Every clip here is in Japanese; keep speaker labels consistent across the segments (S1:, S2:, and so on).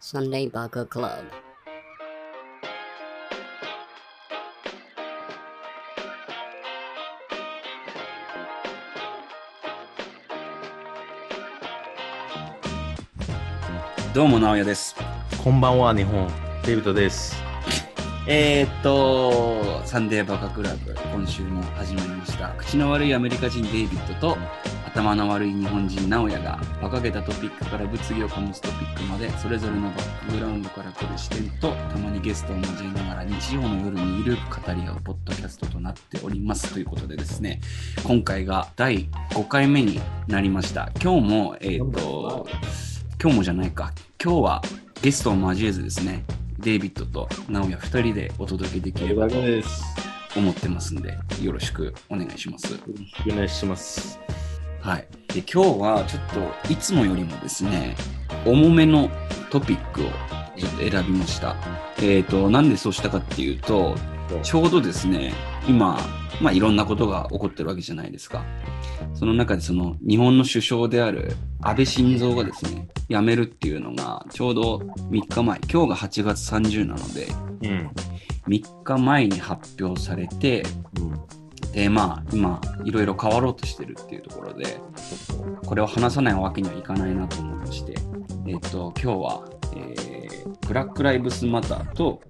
S1: Sunday Baka Club.
S2: どうも、直哉です。
S3: こんばんは、日本。デイビッドです。
S2: えー、っと、サンデーバカクラブ、今週も始まりました。口の悪いアメリカ人デイビッドと、頭の悪い日本人直哉が、馬鹿げたトピックから物議を醸すトピックまで、それぞれのバックグラウンドから来る視点と、たまにゲストを交えながら、日曜の夜にゆるく語り合うポッドキャストとなっております。ということでですね、今回が第5回目になりました。今日も、えー、っと、今日もじゃないか、今日はゲストを交えずですね、デイビッドと直哉2人でお届けできればと
S3: です。
S2: 思ってますんで、よろしくお願いします。
S3: よろしくお願いします。
S2: はい。で、今日はちょっといつもよりもですね、重めのトピックをちょっと選びました。えっ、と、なんでそうしたかっていうと、ちょうどですね、今、まあいろんなことが起こってるわけじゃないですか。その中でその日本の首相である安倍晋三がですね、辞めるっていうのがちょうど3日前、今日が8月30なので、
S3: うん。
S2: 3日前に発表されて、
S3: うん。
S2: でまあ今いろいろ変わろうとしてるっていうところでこれを話さないわけにはいかないなと思いましてえっ、と今日は、えーブラック・ライブスマターと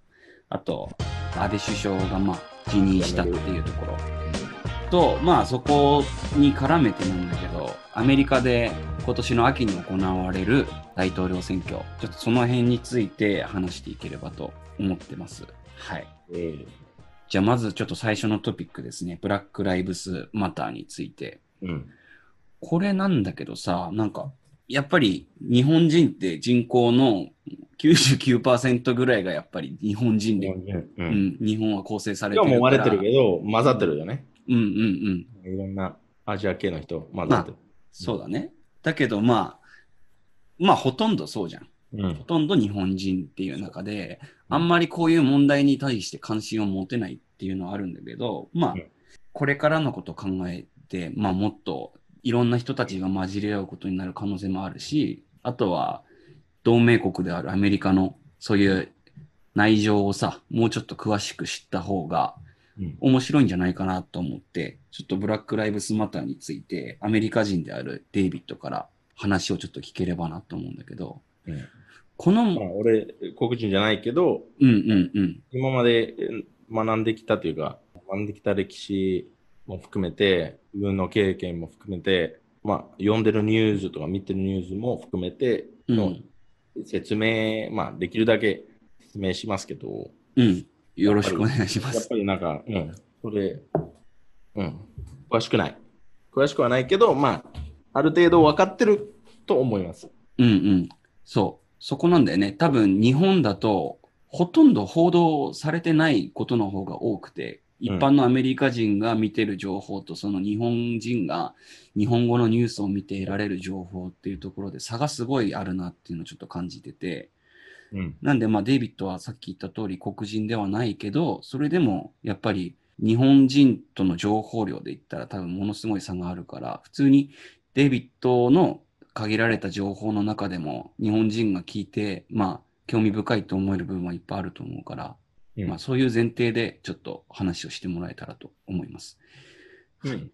S2: あと安倍首相がまあ辞任したっていうところとまあそこに絡めてなんだけどアメリカで今年の秋に行われる大統領選挙ちょっとその辺について話していければと思ってますはい
S3: うん。
S2: じゃあまずちょっと最初のトピックですね。ブラック・ライブス・マターについて。
S3: うん。
S2: これなんだけどさ、なんか、やっぱり日本人って人口の99%ぐらいがやっぱり日本人で、
S3: う。
S2: うんん、日本は構成されて
S3: 今
S2: る
S3: 日も
S2: か
S3: 割
S2: ら。
S3: れてるけど、混ざってるよね。
S2: うんうんうん。
S3: いろんなアジア系の人、混ざってる。
S2: そうだね。だけどまあ、まあほとんどそうじゃん。
S3: う
S2: ほ
S3: ん。
S2: とんど日本人っていう中で、あんまりこういう問題に対して関心を持てないっていうのはあるんだけど、まあ
S3: うん、
S2: これからのことを考えて、まあ、もっといろんな人たちが混じり合うことになる可能性もあるし、あとは同盟国であるアメリカのそういう内情をさ、もうちょっと詳しく知った方が
S3: うん。
S2: 面白いんじゃないかなと思って、ちょっとブラック・ライブスマターについて、アメリカ人であるデイビッドから話をちょっと聞ければなと思うんだけど、
S3: うん
S2: この、
S3: まあ、俺、黒人じゃないけど、
S2: うんうんうん。
S3: 今までうん学んできたというか、学んできた歴史も含めて、自分の経験も含めて、まあ、読んでるニュースとか見てるニュースも含めて
S2: うん
S3: の説明、まあ、できるだけ説明しますけど、
S2: うん。よろしくお願いしま
S3: やっ
S2: す。
S3: ぱりなんか、うん、それ、うん、詳しくない。詳しくはないけど、まあ、ある程度分かってると思います。
S2: うんうん。そう。そこなんだよね。多分日本だとほとんど報道されてないことの方が多くて、一般のアメリカ人が見てる情報と、その日本人が日本語のニュースを見て得られる情報っていうところで差がすごいあるなっていうのをちょっと感じてて。
S3: うん、
S2: なんで、まあ、デイビッドはさっき言った通り黒人ではないけど、それでもやっぱり日本人との情報量で言ったら多分ものすごい差があるから、普通にデイビッドの限られた情報の中でも日本人が聞いて、まあ、興味深いと思える部分はいっぱいあると思うから、
S3: うん
S2: まあ、そういう前提でちょっと話をしてもらえたらと思います。
S3: うん、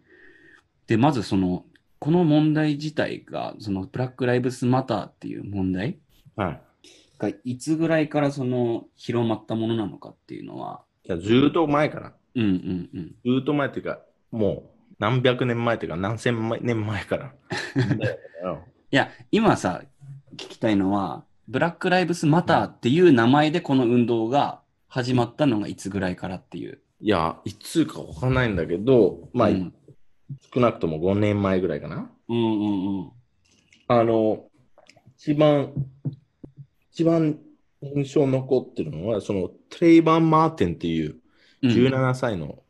S2: で、まずその、この問題自体が、そのブラック・ライブスマターっていう問題、
S3: はい。
S2: がいつぐらいからその広まったものなのかっていうのは、
S3: じゃあずっと前から、
S2: うんうんうん。
S3: ずっと前っていうか、もう何百年前っていうか、何千年前 から。
S2: いや、今さ、聞きたいのは、ブラック・ライブス・マターっていう名前でこの運動が始まったのがいつぐらいからっていう。
S3: いや、いつかわかんないんだけど、まあ、
S2: うん、
S3: 少なくとも5年前ぐらいかな。
S2: うんうんうん。
S3: あの、一番、一番印象に残ってるのは、そのトレイバン・マーテンっていう
S2: うん
S3: 17歳の、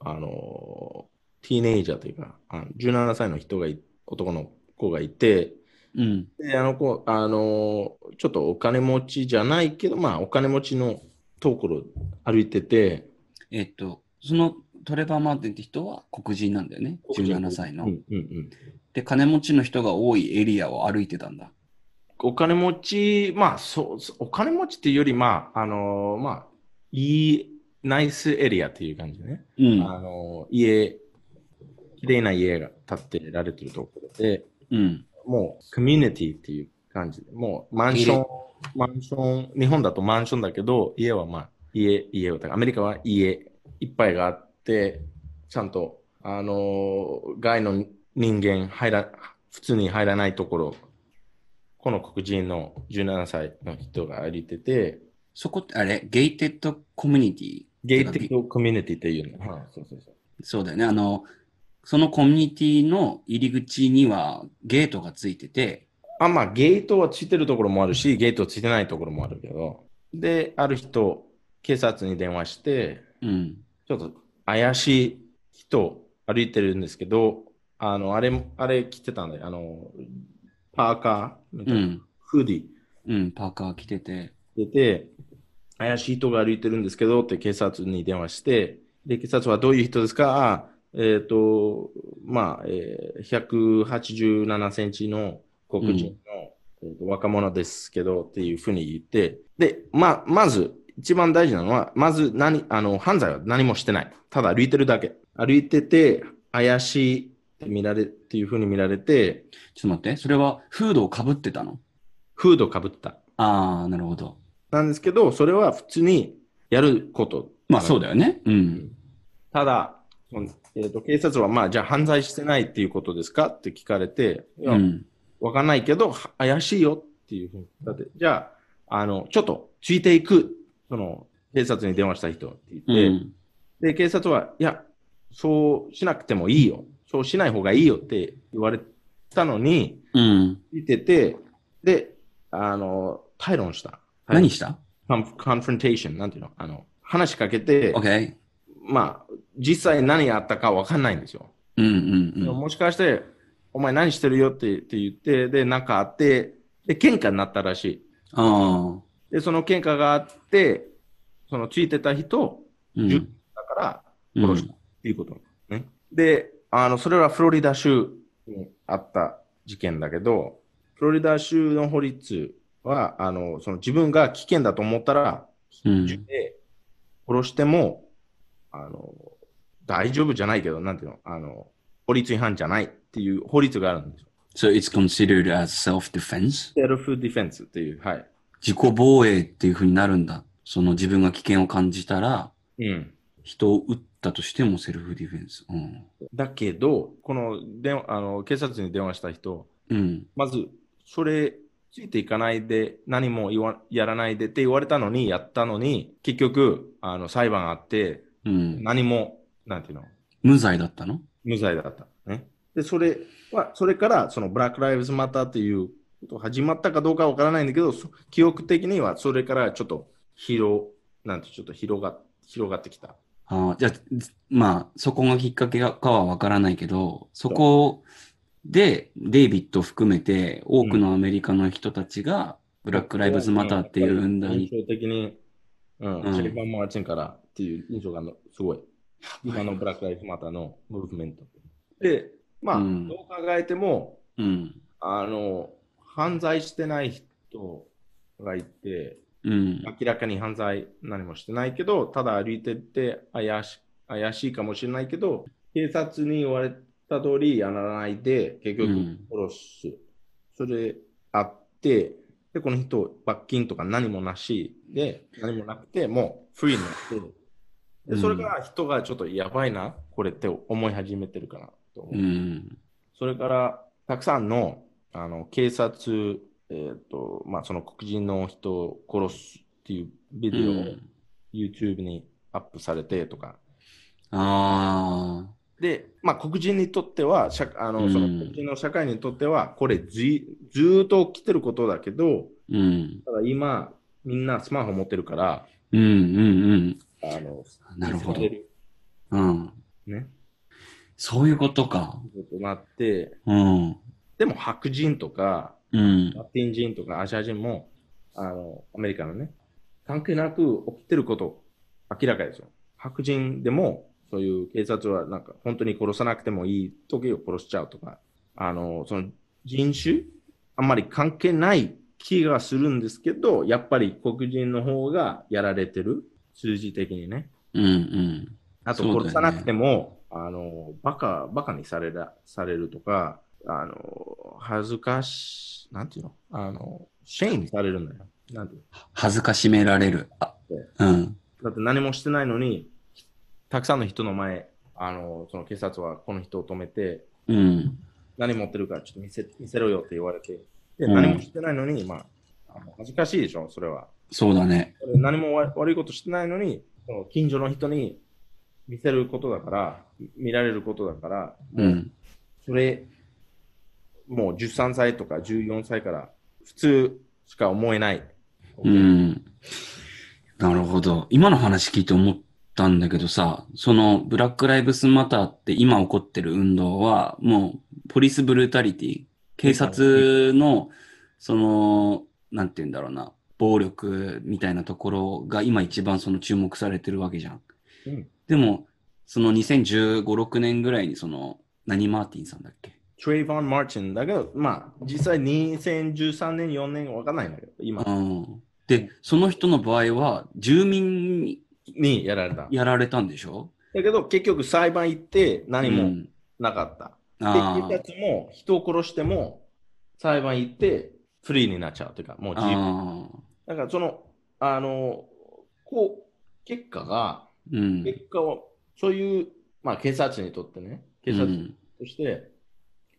S3: あの、ティーネイジャーというか、あの17歳の人がい、男の子がいて、
S2: うん
S3: で、あの子、あの、ちょっとお金持ちじゃないけど、まあ、お金持ちのところ歩いてて、
S2: えっと、そのトレバー・マーテンって人は黒人なんだよね。17歳の。
S3: うんうんうん。
S2: で、金持ちの人が多いエリアを歩いてたんだ。
S3: お金持ち、まあ、そう、そうお金持ちっていうより、まあ、あのーまあ、いい、ナイスエリアっていう感じね。
S2: うん。
S3: あの家、綺麗な家が建てられてるところで、
S2: うん。
S3: もうコミュニティっていう感じで、もうマンション、マンション、日本だとマンションだけど、家はまあ、家、家を、だからアメリカは家いっぱいがあって、ちゃんと、あのー外の人間入ら、普通に入らないところ、この黒人の17歳の人が歩いてて、
S2: そこってあれ、ゲイテッドコミュニティ。
S3: ゲイティブコミュニティっていうの。はいそうそうそう
S2: そうだよね。あの、そのコミュニティの入り口にはゲートがついてて、
S3: あ、まあ、ゲートはついてるところもあるし、ゲートついてないところもあるけど、で、ある人、警察に電話して、
S2: うん。
S3: ちょっと怪しい人歩いてるんですけど、あの、あれ、あれ着てたんだよ。あの、パーカーみた
S2: う
S3: いな、
S2: ん。
S3: フーディ
S2: うん。パーカー着てて。
S3: 出て、怪しい人が歩いてるんですけどって警察に電話して、で、警察はどういう人ですかあえっ、と、まあ、えー187センチの黒人の、えーと若者ですけどっていうふうに言って、で、まあ、まず、一番大事なのは、まず何、あの、犯罪は何もしてない。ただ歩いてるだけ。歩いてて、怪しいって見られ、っていうふうに見られて、
S2: ちょっと待って、それはフードをかぶってたの
S3: フードかぶった。
S2: ああ、なるほど。
S3: なんですけど、それは普通にやること。
S2: まあそうだよね。うん。
S3: ただ、そのえー、と警察は、まあ、じゃあ犯罪してないっていうことですかって聞かれて、いや
S2: う
S3: わ、
S2: ん。
S3: かんないけど、は怪しいよっていうふうに。だって、じゃあ、あの、ちょっとついていく、その、警察に電話した人って言って、
S2: うん。
S3: で、警察は、いや、そうしなくてもいいよ。そうしない方がいいよって言われたのに、
S2: うん。
S3: ついてて、で、あの、対論した。
S2: 何した
S3: コンコンフロンテーション、なんていうのあの、話しかけて、
S2: ?OK。
S3: まあ、実際何があったかわかんないんですよ。
S2: うんうん
S3: で
S2: う
S3: も
S2: ん。
S3: もしかして、お前何してるよってって言って、で、なんかあって、で、喧嘩になったらしい。
S2: ああ。
S3: で、その喧嘩があって、そのついてた人、
S2: うん
S3: じゅだから、
S2: うん
S3: 殺したっていうこと、ね。で、あの、それはフロリダ州にあった事件だけど、フロリダ州の法律は、あの、その自分が危険だと思ったら、
S2: うん
S3: 銃で殺しても、あの、大丈夫じゃないけど、なんていうの、あの、法律違反じゃないっていう法律があるんです
S2: So
S3: よ。
S2: it's considered as self-defense?
S3: セルフディフェンスっていう、はい。
S2: 自己防衛っていうふうになるんだ。その自分が危険を感じたら、
S3: うん。
S2: 人を撃ったとしてもセルフディフェンス。うん。
S3: だけど、この電話あの警察に電話した人、
S2: うん。
S3: まず、それ、ついていかないで、何も言わやらないでって言われたのに、やったのに、結局、あの裁判あって、
S2: うん。
S3: 何も、なんていうの、
S2: 無罪だったの
S3: 無罪だった。ね、で、それは、それから、その、ブラック・ライブズ・マターっていうこと始まったかどうかわからないんだけど、そ記憶的には、それからちょっと広、なんて、ちょっと広が、広がってきた。
S2: ああ、じゃあ、ずまあ、そこがきっかけかはわからないけど、そこで、デイビッドを含めて、多くのアメリカの人たちが、ブラック・ライブズ・マターっていう運動
S3: 印
S2: に、
S3: 象的に、うん、
S2: うん
S3: ジェイバン・マーチンからっていう印象がのすごい。今のブラック・ライフ・マターのムーブメント。で、まあ、
S2: うん
S3: どう考えても、
S2: うん、
S3: あの、犯罪してない人がいて、
S2: うん、
S3: 明らかに犯罪何もしてないけど、ただ歩いてって怪し怪しいかもしれないけど、警察に言われた通りやらないで、結
S2: う
S3: 局
S2: ん
S3: 殺す。それあって、で、この人、罰金とか何もなしで、何もなくて、もうフリーになって、
S2: う
S3: で
S2: ん
S3: それから人がちょっとやばいな、これって思い始めてるかなと思う。
S2: うん、
S3: それから、たくさんのあの警察、えーとまあ、その黒人の人を殺すっていうビ
S2: う
S3: デオを
S2: ん。
S3: YouTube にアップされてとか、
S2: ああ、
S3: で、まあ、黒人にとっては、社あ
S2: う
S3: の
S2: ん
S3: その黒人の社会にとっては、これず、ずーっと起きてることだけど、
S2: うん、
S3: ただ今、みんなスマホ持ってるから、
S2: うん、うん、うん。
S3: あの
S2: なるほど
S3: 見つけれる
S2: うん。
S3: ね、
S2: そういうことか。
S3: ことになって、
S2: うん、
S3: でも白人とか、
S2: うん、
S3: ラティン人とかアジア人も、あの、アメリカのね、関係なく起きてること、明らかですよ。白人でも、そういう警察はなんか本当に殺さなくてもいい時を殺しちゃうとか、あの、その人種あんまり関係ない気がするんですけど、やっぱり黒人の方がやられてる、数字的にね。
S2: うんうん。
S3: あと、
S2: そうだよね
S3: 殺さなくても、あの、バカ、バカにされら、されるとか、あの、恥ずかし、なんていうのあの、シェイムされるんだよ。なんていう
S2: 恥ずかしめられる。あうん。
S3: のだって何もしてないのに、たくさんの人の前、あの、その警察はこの人を止めて、
S2: うん。
S3: 何持ってるかちょっと見せ見せろよって言われて、で、
S2: うん
S3: 何もしてないのに、まあ、あの恥ずかしいでしょ、それは。
S2: そうだね。
S3: 俺何もわ悪いことしてないのに、その近所の人に見せることだから、見られることだから、
S2: うん。
S3: それ、もう13歳とか14歳から普通しか思えない。
S2: うん。なるほど。今の話聞いて思ったんだけどさ、そのブラック・ライブスマターって今起こってる運動は、もうポリス・ブルータリティ、警察の、その、なんて言うんだろうな、暴力みたいなところが今一番その注目されてるわけじゃん。
S3: うん
S2: でも、その2015、6年ぐらいにその、何マーティンさんだっけ
S3: トレイヴァン・マーチンだけど、まあ、実際2013年、4年、わかんないんだけど、今
S2: うん。で、その人の場合は、住民に
S3: にやられた。
S2: やられたんでしょ
S3: だけど、結局裁判行って何
S2: う
S3: も
S2: ん
S3: なかった。
S2: あ
S3: で、警察も人を殺しても裁判行ってフリーになっちゃうというか、もう
S2: あ
S3: 自由。
S2: あ
S3: だからその、あの、こう、結果が、
S2: ー、うん。
S3: 結果を、そういう、まあ警察にとってね、警察
S2: うん
S3: として、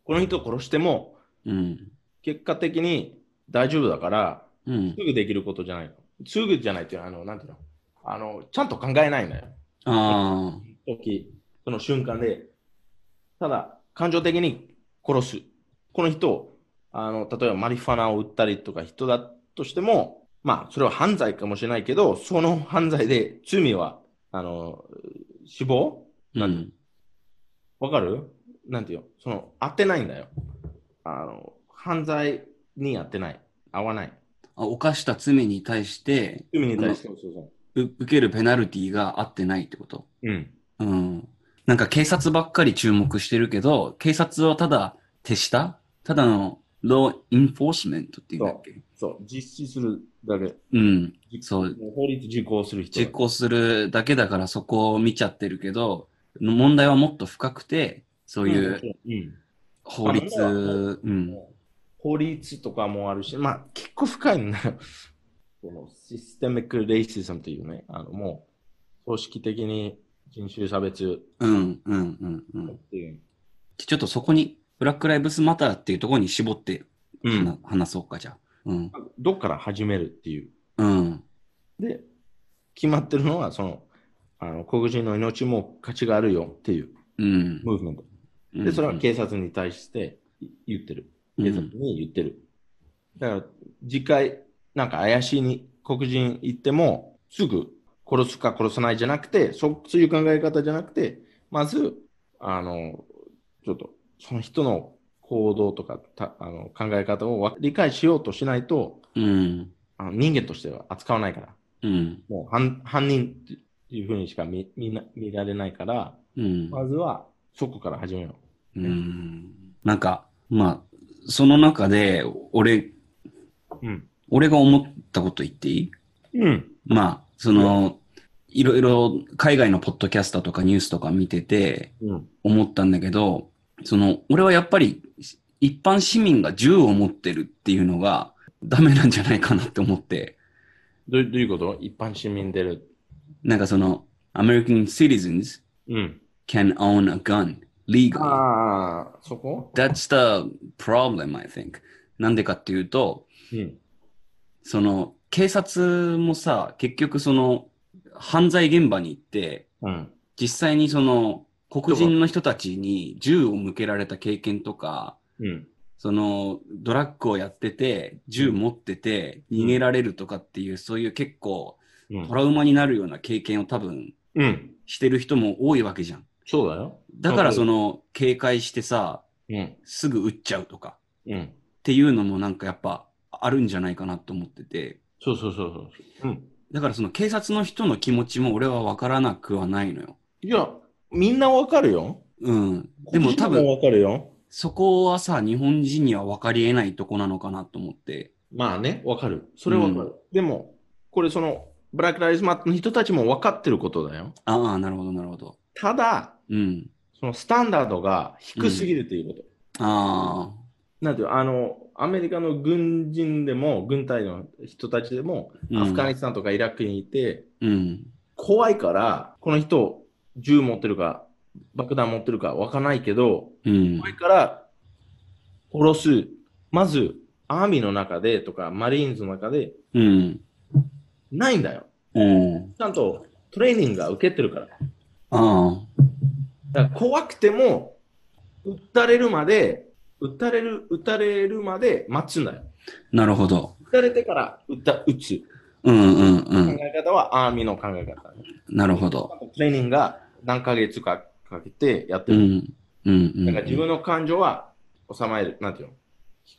S3: この人を殺しても、
S2: うん。
S3: 結果的に大丈夫だから、
S2: うん
S3: す。ぐできることじゃないの。すぐじゃないっていうのは、あの、なんていうの、あの、ちゃんと考えないんだよ。
S2: あ
S3: 時、その瞬間で、ただ、感情的に殺す。この人を、あの、例えばマリファナを売ったりとか人だとしても、まあ、それは犯罪かもしれないけど、その犯罪で罪は、あの、死亡
S2: あ、うん。
S3: わかるなんていうのその、合ってないんだよ。あの、犯罪に合ってない。合わない。
S2: あ犯した罪に対して
S3: 罪に対して。そうそうそう
S2: 受けるペナルティが合ってないってこと。
S3: う。うん。
S2: うん。なんか警察ばっかり注目してるけど、警察はただ手下ただのローインフォースメントって言うんだっけ
S3: そう、実施するだけ。
S2: うん。そう。
S3: もう法律実行する人だ。
S2: 実行するだけだからそこを見ちゃってるけど、問題はもっと深くて、そうい
S3: ん
S2: う
S3: うん。
S2: 法律、
S3: あ問
S2: うん。
S3: 法律とかもあるし、まあ結構深いんだよ。 このシステミック・レイシズムというね、あのもう組織的に人種差別
S2: うん、うん、うん、うん。
S3: っていう。
S2: ちょっとそこに、ブラック・ライブスマターっていうところに絞って、
S3: う、
S2: はなん話そうか、じゃあ。うん。
S3: どっから始めるっていう。
S2: うん。
S3: で、決まってるのは、その、あの黒人の命も価値があるよっていう
S2: うん。
S3: ムーブメント。
S2: うん
S3: で、それは警察に対して言ってる。警察に言ってる。だから、次回、なんか怪しいに黒人行っても、すぐ殺すか殺さないじゃなくて、そそういう考え方じゃなくて、まず、あの、ちょっと、その人の行動とかたあの考え方をわ理解しようとしないと、
S2: うん。
S3: あの人間としては扱わないから、
S2: うん。
S3: もう犯犯人っていうふうにしか見見な見られないから、
S2: うん。
S3: まずはそこから始めよう。
S2: うん。なんか、まあ、その中で、俺、
S3: うん。
S2: 俺が思ったこと言っていい
S3: うん。
S2: まあ、その、いろいろ海外のポッドキャスターとかニュースとか見てて、
S3: うん。
S2: 思ったんだけど、その、俺はやっぱり、一般市民が銃を持ってるっていうのが、ダメなんじゃないかなって思って、
S3: どうどういうこと一般市民出る。
S2: なんかその、American citizens
S3: うん。
S2: can own a gun legally.
S3: ああ、そこ
S2: That's the problem, I think. なんでかっていうと、
S3: うん。
S2: その、警察もさ、結局その、犯罪現場に行って、
S3: うん。
S2: 実際にその、黒人の人たちに銃を向けられた経験とか、
S3: うん。
S2: そのドラッグをやってて銃持ってて逃げられるとかっていう、そういう結構
S3: う
S2: ト
S3: ん。
S2: ラウマになるような経験を多分
S3: うん。
S2: してる人も多いわけじゃん
S3: そうだよ。
S2: だから
S3: そ
S2: そ
S3: う
S2: の警戒してさ
S3: うん。
S2: すぐ撃っちゃうとか
S3: うん。
S2: っていうのもなんかやっぱあるんじゃないかなと思ってて
S3: そうそうそうそう。うん。
S2: だからその警察の人の気持ちも俺は分からなくはないのよ
S3: いや、みんなわかるよ。
S2: うんでも多
S3: こっち
S2: 分
S3: わかるよ。
S2: そこはさ日本人には分かりえないとこなのかなと思って
S3: まあね、わかる。それはわかる。でも、これその、ブラック・ライズ・マットの人たちもわかってることだよ。
S2: ああ、なるほど、なるほど。
S3: ただ、
S2: うん。
S3: そのスタンダードが低すぎるということ。
S2: あ
S3: なんていうのあの、アメリカの軍人でも、軍隊の人たちでも、
S2: あ。
S3: アフガ
S2: ニ
S3: ニスタンとかイラクにいて、
S2: うん。
S3: 怖いから、この人、銃持ってるか、爆弾持ってるかわかんないけど、
S2: うん
S3: 怖。いから、殺す。まず、アーミーの中でとか、マリーンズの中で、
S2: うん。
S3: ないんだよ。
S2: うん。
S3: ちゃんとトレーニングが受けてるから。
S2: あ
S3: だから怖くても、撃たれるまで、撃たれる、撃たれるまで待つんだよ。
S2: あ、なるほど。
S3: 撃たれてから撃た、撃つ。
S2: うんうんう
S3: 考
S2: ん。
S3: え方はアーミーの考え方。
S2: なるほど。
S3: トレーニングが何ヶ月かかけてやって
S2: う
S3: る。
S2: ん。うんうん。
S3: だから自分の感情は収まえる。なんていうの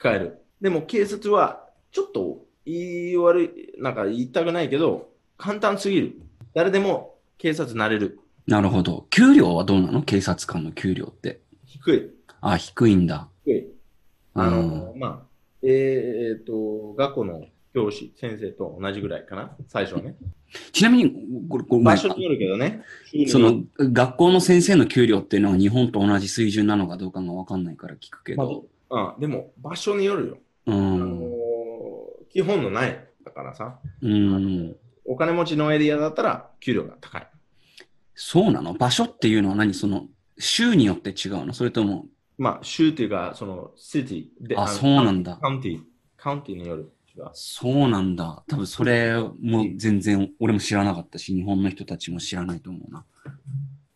S3: 控える。でも警察は、ちょっと言い悪い、なんか言いたくないけど、簡単すぎる。誰でも警察なれる。
S2: なるほど。給料はどうなの警察官の給料って。
S3: 低い。
S2: あ、低いんだ。
S3: 低い。あの、まあ、えーえーと、学校の教師、先生と同じぐらいかな、最初はね。
S2: ちなみに、これ、ごめん
S3: 場所によるけどね。
S2: その、学校の先生の給料っていうのは日本と同じ水準なのかどうかがわかんないから聞くけど。
S3: うん、でも、場所によるよ。
S2: う
S3: あの
S2: ん。
S3: ー基本のない。だからさ、
S2: うん。
S3: お金持ちのエリアだったら、給料が高い。
S2: そうなの場所っていうのは何その、州によって違うのそれとも、
S3: まあ、州っていうか、その、シティで、
S2: あ、
S3: の
S2: そうなんだ。
S3: カウンティ、カウンティによる。違う
S2: そうなんだ。多分それも全然俺も知らなかったし、日本の人たちも知らないと思うな。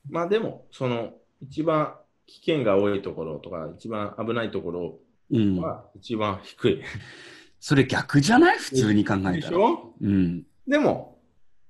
S3: まあ、でも、その、一番危険が多いところとか、一番危ないところ
S2: うん。
S3: は、一番低い。
S2: それ逆じゃない普通に考え
S3: で
S2: た
S3: し
S2: ら。
S3: ょ
S2: うん。
S3: でも、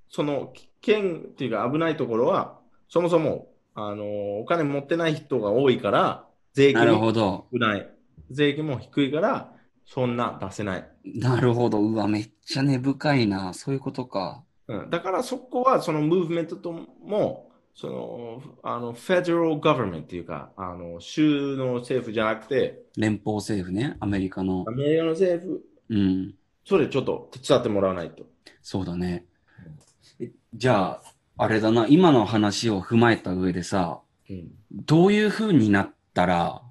S3: その危険っていうか危ないところは、そもそも、あのお金持ってない人が多いから、税
S2: な
S3: 金
S2: る
S3: も
S2: ほど。
S3: 少ない。税金も低いから、そんな出せない。
S2: なるほど。うわ、めっちゃ根深いな。そういうことか。
S3: うん、だからそこは、そのムーブメントとも、その、あの、フェデラルガバメントっていうか、あの、州の政府じゃなくて、
S2: 連邦政府ね。アメリカの
S3: ア。メリカの政府、
S2: うん。
S3: それちょっと手伝ってもらわないと。
S2: そうだね。えじゃあ、あれだな。今の話を踏まえた上でさ、
S3: うん、
S2: どういう風になったら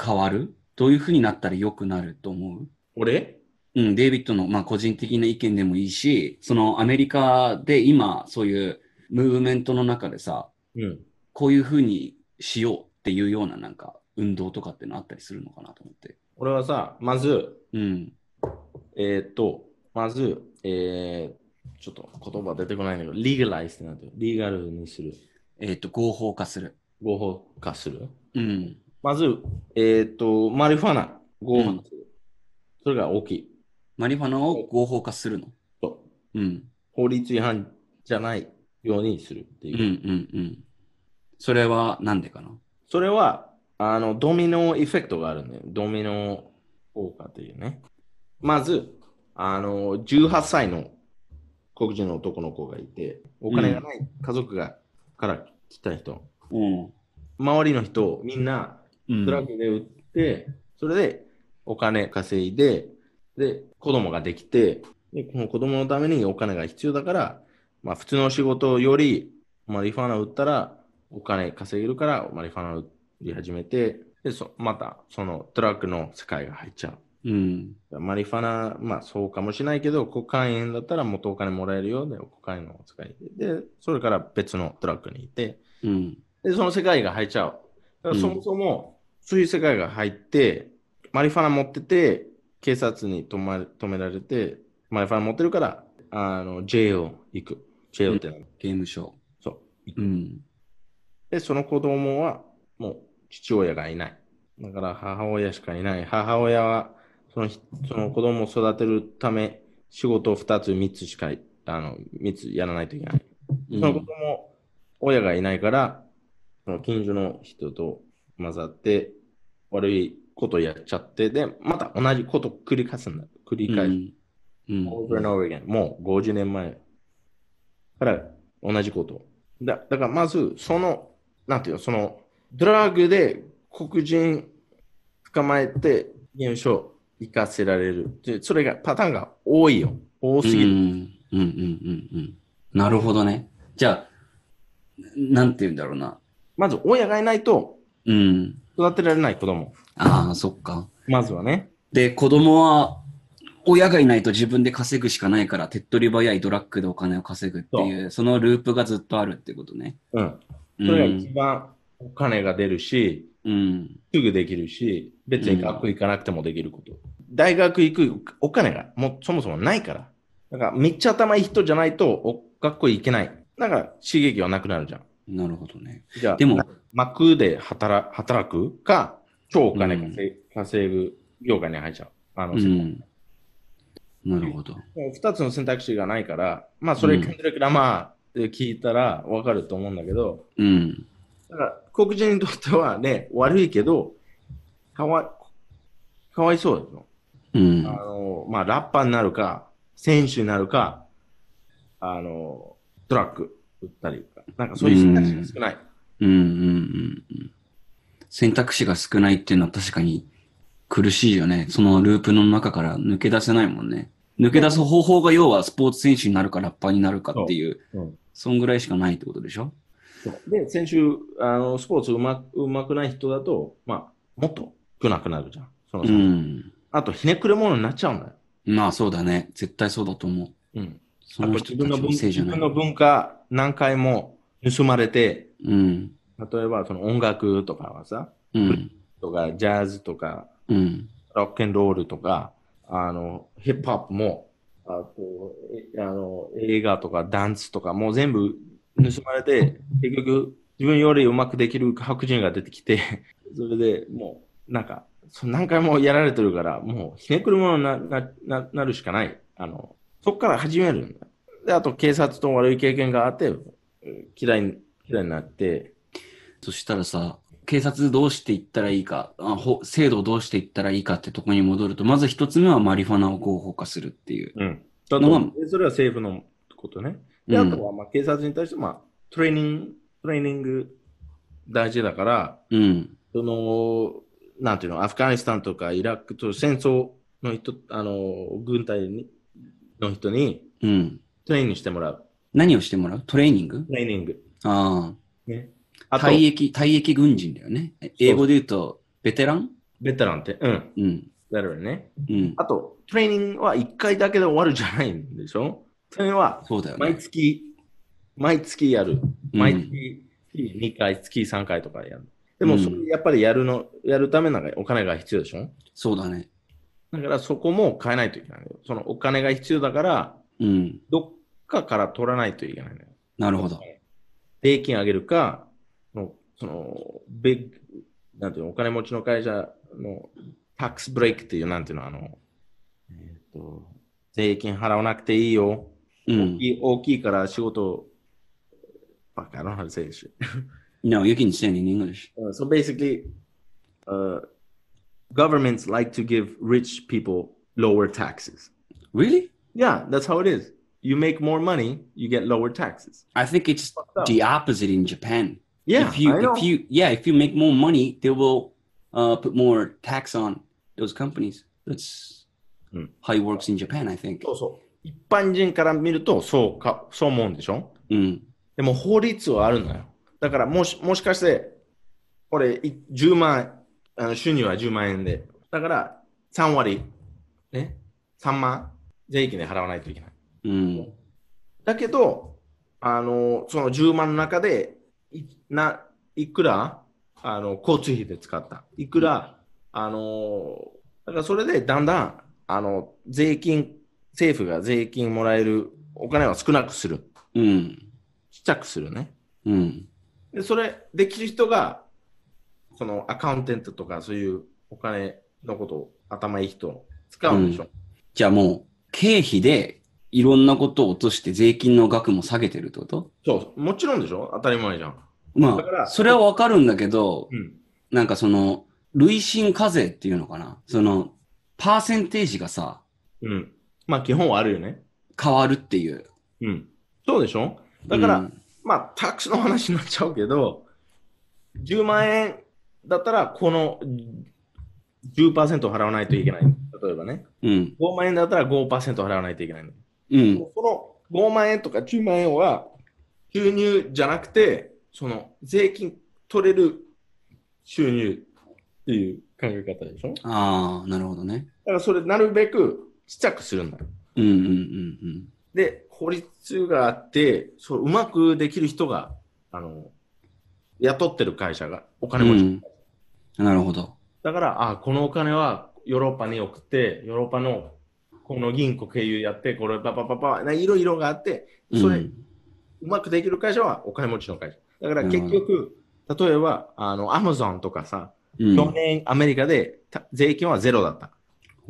S2: 変わるどういう風になったら良くなると思う
S3: 俺
S2: うん、デイビッドの、まあ、個人的な意見でもいいし、そのアメリカで今、そういうムーブメントの中でさ、
S3: うん。
S2: こういうふうにしようっていうようななんか運動とかってのあったりするのかなと思って。
S3: 俺はさ、まず、
S2: うん。
S3: えーっと、まず、えー、ちょっと言葉出てこないんだけど、リーガライズってなんていうのリーガルにする。
S2: えっ、と、合法化する。
S3: 合法化する。
S2: うん。
S3: まず、えーっと、マリファナ、合法化する。それが大きい。
S2: マリファナを合法化するの。
S3: と
S2: うん。
S3: 法律違反じゃないようにするって
S2: うん
S3: い
S2: う
S3: う。
S2: んうん。それはなんでかな
S3: それは、あの、ドミノエフェクトがあるんだよ。ドミノ効果というね。まず、あの、18歳の黒人の男の子がいて、お金がない家族が、から来た人。
S2: うん。
S3: 周りの人、みんな、
S2: うん
S3: ドラッグで売って、それでお金稼いで、で、子供ができて、で、この子供のためにお金が必要だから、まあ、普通の仕事より、マリファナ売ったら、お金稼げるから、マリファナ売り始めて、で、そまた、そのドラッグの世界が入っちゃ
S2: うん。
S3: う。マリファナ、まあ、そうかもしれないけど、コカインだったらもっとお金もらえるよ。で、コカインの世界で、それから別のドラッグに行って、
S2: うん。
S3: で、その世界が入っちゃう。だか
S2: うん
S3: らそもそも、そういう世界が入って、マリファナ持ってて、警察に止,、ま、止められて、マリファナ持ってるから、あの、JO 行く。JO ってなの、
S2: 刑務所。
S3: そう。
S2: うん。
S3: で、その子供は、もう、父親がいない。だから、母親しかいない。母親は、そのひ、その子供を育てるため、仕事を2つ、3つしか、あの、3つやらないといけない。
S2: うん
S3: その子供、親がいないから、その近所の人と混ざって、悪いことやっちゃって、で、また同じこと繰り返すんだ。繰り返す。
S2: うん。
S3: over and over again もう50年前から同じこと。だだからまず、その、なんていうの、その、ドラッグで黒人捕まえて、現象活かせられる。で、それが、パターンが多いよ。多すぎ
S2: うん
S3: る。
S2: うんうんうんうん。なるほどね。じゃあ、なんて言うんだろうな。
S3: まず、親がいないと
S2: うん。
S3: 育てられない子供。
S2: ああ、そっか。
S3: まずはね。
S2: で、子供は、親がいないと自分で稼ぐしかないから、手っ取り早いドラッグでお金を稼ぐっていう、そのループがずっとあるってことね。
S3: うん。
S2: う
S3: そ
S2: ん
S3: れが一番お金が出るし、
S2: うん。
S3: すぐできるし、別
S2: うん
S3: に学校行かなくてもできること。大学行くお金がもうそもそもないから。だから、めっちゃ頭いい人じゃないとお学校行けない。だから、刺激はなくなるじゃん。
S2: なるほどね。
S3: じゃあ、
S2: でも、
S3: 幕で働働くか、超お金稼,、稼ぐ業界に入っちゃう。あの、
S2: うん。なるほど。
S3: もう二つの選択肢がないから、まあ、それ、
S2: うん
S3: ケンドリック・ラマーって聞いたらわかると思うんだけど、
S2: うん。
S3: だから、黒人にとってはね、悪いけど、かわい、かわいそうですよ。
S2: うん
S3: あ。の、まあ、ラッパーになるか、選手になるか、あの、トラック打ったりとか、なんかそういう選択肢が少ない。
S2: うんうんうんうん。選択肢が少ないっていうのは確かに苦しいよね。そのループの中から抜け出せないもんね。抜け出す方法が要はスポーツ選手になるかラッパーになるかっていう、
S3: そううん
S2: そんぐらいしかないってことでしょ
S3: そうで、先週、あのスポーツうまうまくない人だと、まあ、もっと少なくなるじゃん。その
S2: うん。
S3: あと、ひねくれ者になっちゃうんだよ。
S2: まあそうだね。絶対そうだと思う。
S3: うん、
S2: そ
S3: あと
S2: の
S3: 自
S2: 人た
S3: 分の
S2: ちの
S3: 文
S2: せいじ
S3: 自
S2: ゃない
S3: 分。の文化、何回も盗まれて、
S2: うん。
S3: 例えばその音楽とかはさ、
S2: うん。
S3: とかジャズとか、
S2: うん。
S3: ロックンロールとか、あのヒップホップも、あとえあの映画とかダンスとか、もう全部盗まれて、結局、自分よりうまくできる白人が出てきて、 それでもう、なんか、そ何回もやられてるから、もうひねくるものにななななるしかない。あのそこから始めるんだ。で、あと警察と悪い経験があって、えー嫌いに嫌いになって、
S2: そしたらさ、警察どうしていったらいいか、あほ制度どうしていったらいいかってとこに戻ると、まず一つ目はマリファナを合法化するっていう。
S3: うん。だ
S2: まあ
S3: と、それは政府のことね。で、
S2: う
S3: あ
S2: ん
S3: とはまあ警察に対して、まあ、トレーニング、トレーニング大事だから、
S2: うん。
S3: その、なんていうの、アフガニスタンとかイラクと戦争の人、あの、軍隊にの人に
S2: うん。
S3: トレーニングしてもらう。
S2: 何をしてもらうトレーニング
S3: トレーニング。
S2: あ
S3: ね。
S2: あ。
S3: あと、
S2: 退役、退役軍人だよね。え英語で言うと、ベテラン
S3: ベテランって、うん、
S2: うん。
S3: だよね。
S2: うん。
S3: あと、トレーニングは1回だけで終わるじゃないんでしょそれは、
S2: そうだよ
S3: 毎
S2: ね。
S3: 月、毎月やる。
S2: うん
S3: 毎月2回、月3回とかやる。で
S2: う
S3: も、
S2: ん
S3: それやっぱりやるの、やるためなんかお金が必要でしょ
S2: そうだね。
S3: だからそこも変えないといけないのよ。そのお金が必要だから、
S2: うん。
S3: どっかから取らないといけないのよ。
S2: なるほど。
S3: 税金上げるか、その、そのビッグ、なんていうの、お金持ちの会社のタックスブレイクっていう、なんていうの、あの、えっと、税金払わなくていいよ。
S2: う
S3: 大
S2: ん。
S3: きい大きいから仕事、バカの話でしょ。
S2: No, you can say it in English.
S3: Uh, so basically, uh, governments like to give rich people lower taxes.
S2: Really?
S3: Yeah, that's how it is. You make more money, you get lower taxes.
S2: I think it's
S3: Fucked up.
S2: the opposite in Japan.
S3: Yeah,
S2: If you,
S3: I know.
S2: if you, yeah, if you make more money, they will uh, put more tax on those companies. That's
S3: Mm.
S2: how it works in Japan, I think.
S3: そうそう。一般人から見ると、そうか、そう思うんでしょ
S2: うん。
S3: でも法律はあるのよ。だからもし、もしかして、これ、い10万、あの収入は10万円で、だから3割、ね、3万、税金で払わないといけない。
S2: うん。
S3: だけど、あの、その10万の中で、いな、いくら、あの、交通費で使った。いくら、あの、だからそれでだんだん、あの、税金、政府が税金もらえるお金は少なくする。
S2: うん。
S3: ちっちゃくするね。
S2: うん。
S3: で、それ、できる人が、そのアカウンテントとか、そういうお金のことを頭いい人を使うんでしょ。
S2: じゃあもう、経費でいろんなことを落として税金の額も下げてるってこと
S3: そう、もちろんでしょ当たり前じゃん。
S2: ま
S3: だか
S2: あ、
S3: ら
S2: それはわかるんだけど
S3: う、ん。
S2: なんかその、累進課税っていうのかなその、パーセンテージがさ、
S3: うん。まあ、基本はあるよね。
S2: 変わるっていう。
S3: うん。そうでしょだから、
S2: うん
S3: まあ、タックスの話になっちゃうけど、10万円だったら、この10%払わないといけない。例えばね。
S2: うん。
S3: 5万円だったら5%払わないといけないの。
S2: うん。
S3: この5万円とか10万円は、収入じゃなくて、その、税金取れる収入っていう考え方でしょだか
S2: ああ、なるほどね。
S3: らそれなるべくちっちゃくするんだよ。
S2: うんうんうんうん。
S3: で、法律があって、そう、うまくできる人が、あの、雇ってる会社が、お金持ち。
S2: うん、なるほど。
S3: だから、あ、このお金はヨーロッパに送って、ヨーロッパのこの銀行経由やって、これパパパパ、ないろいろがあって、それ、
S2: う、
S3: うんまくできる会社はお金持ちの会社。だから
S2: なるほ
S3: 結
S2: ど
S3: 局、例えば、あの、アマゾンとかさ、
S2: うん
S3: 去年アメリカでた税金はゼロだった。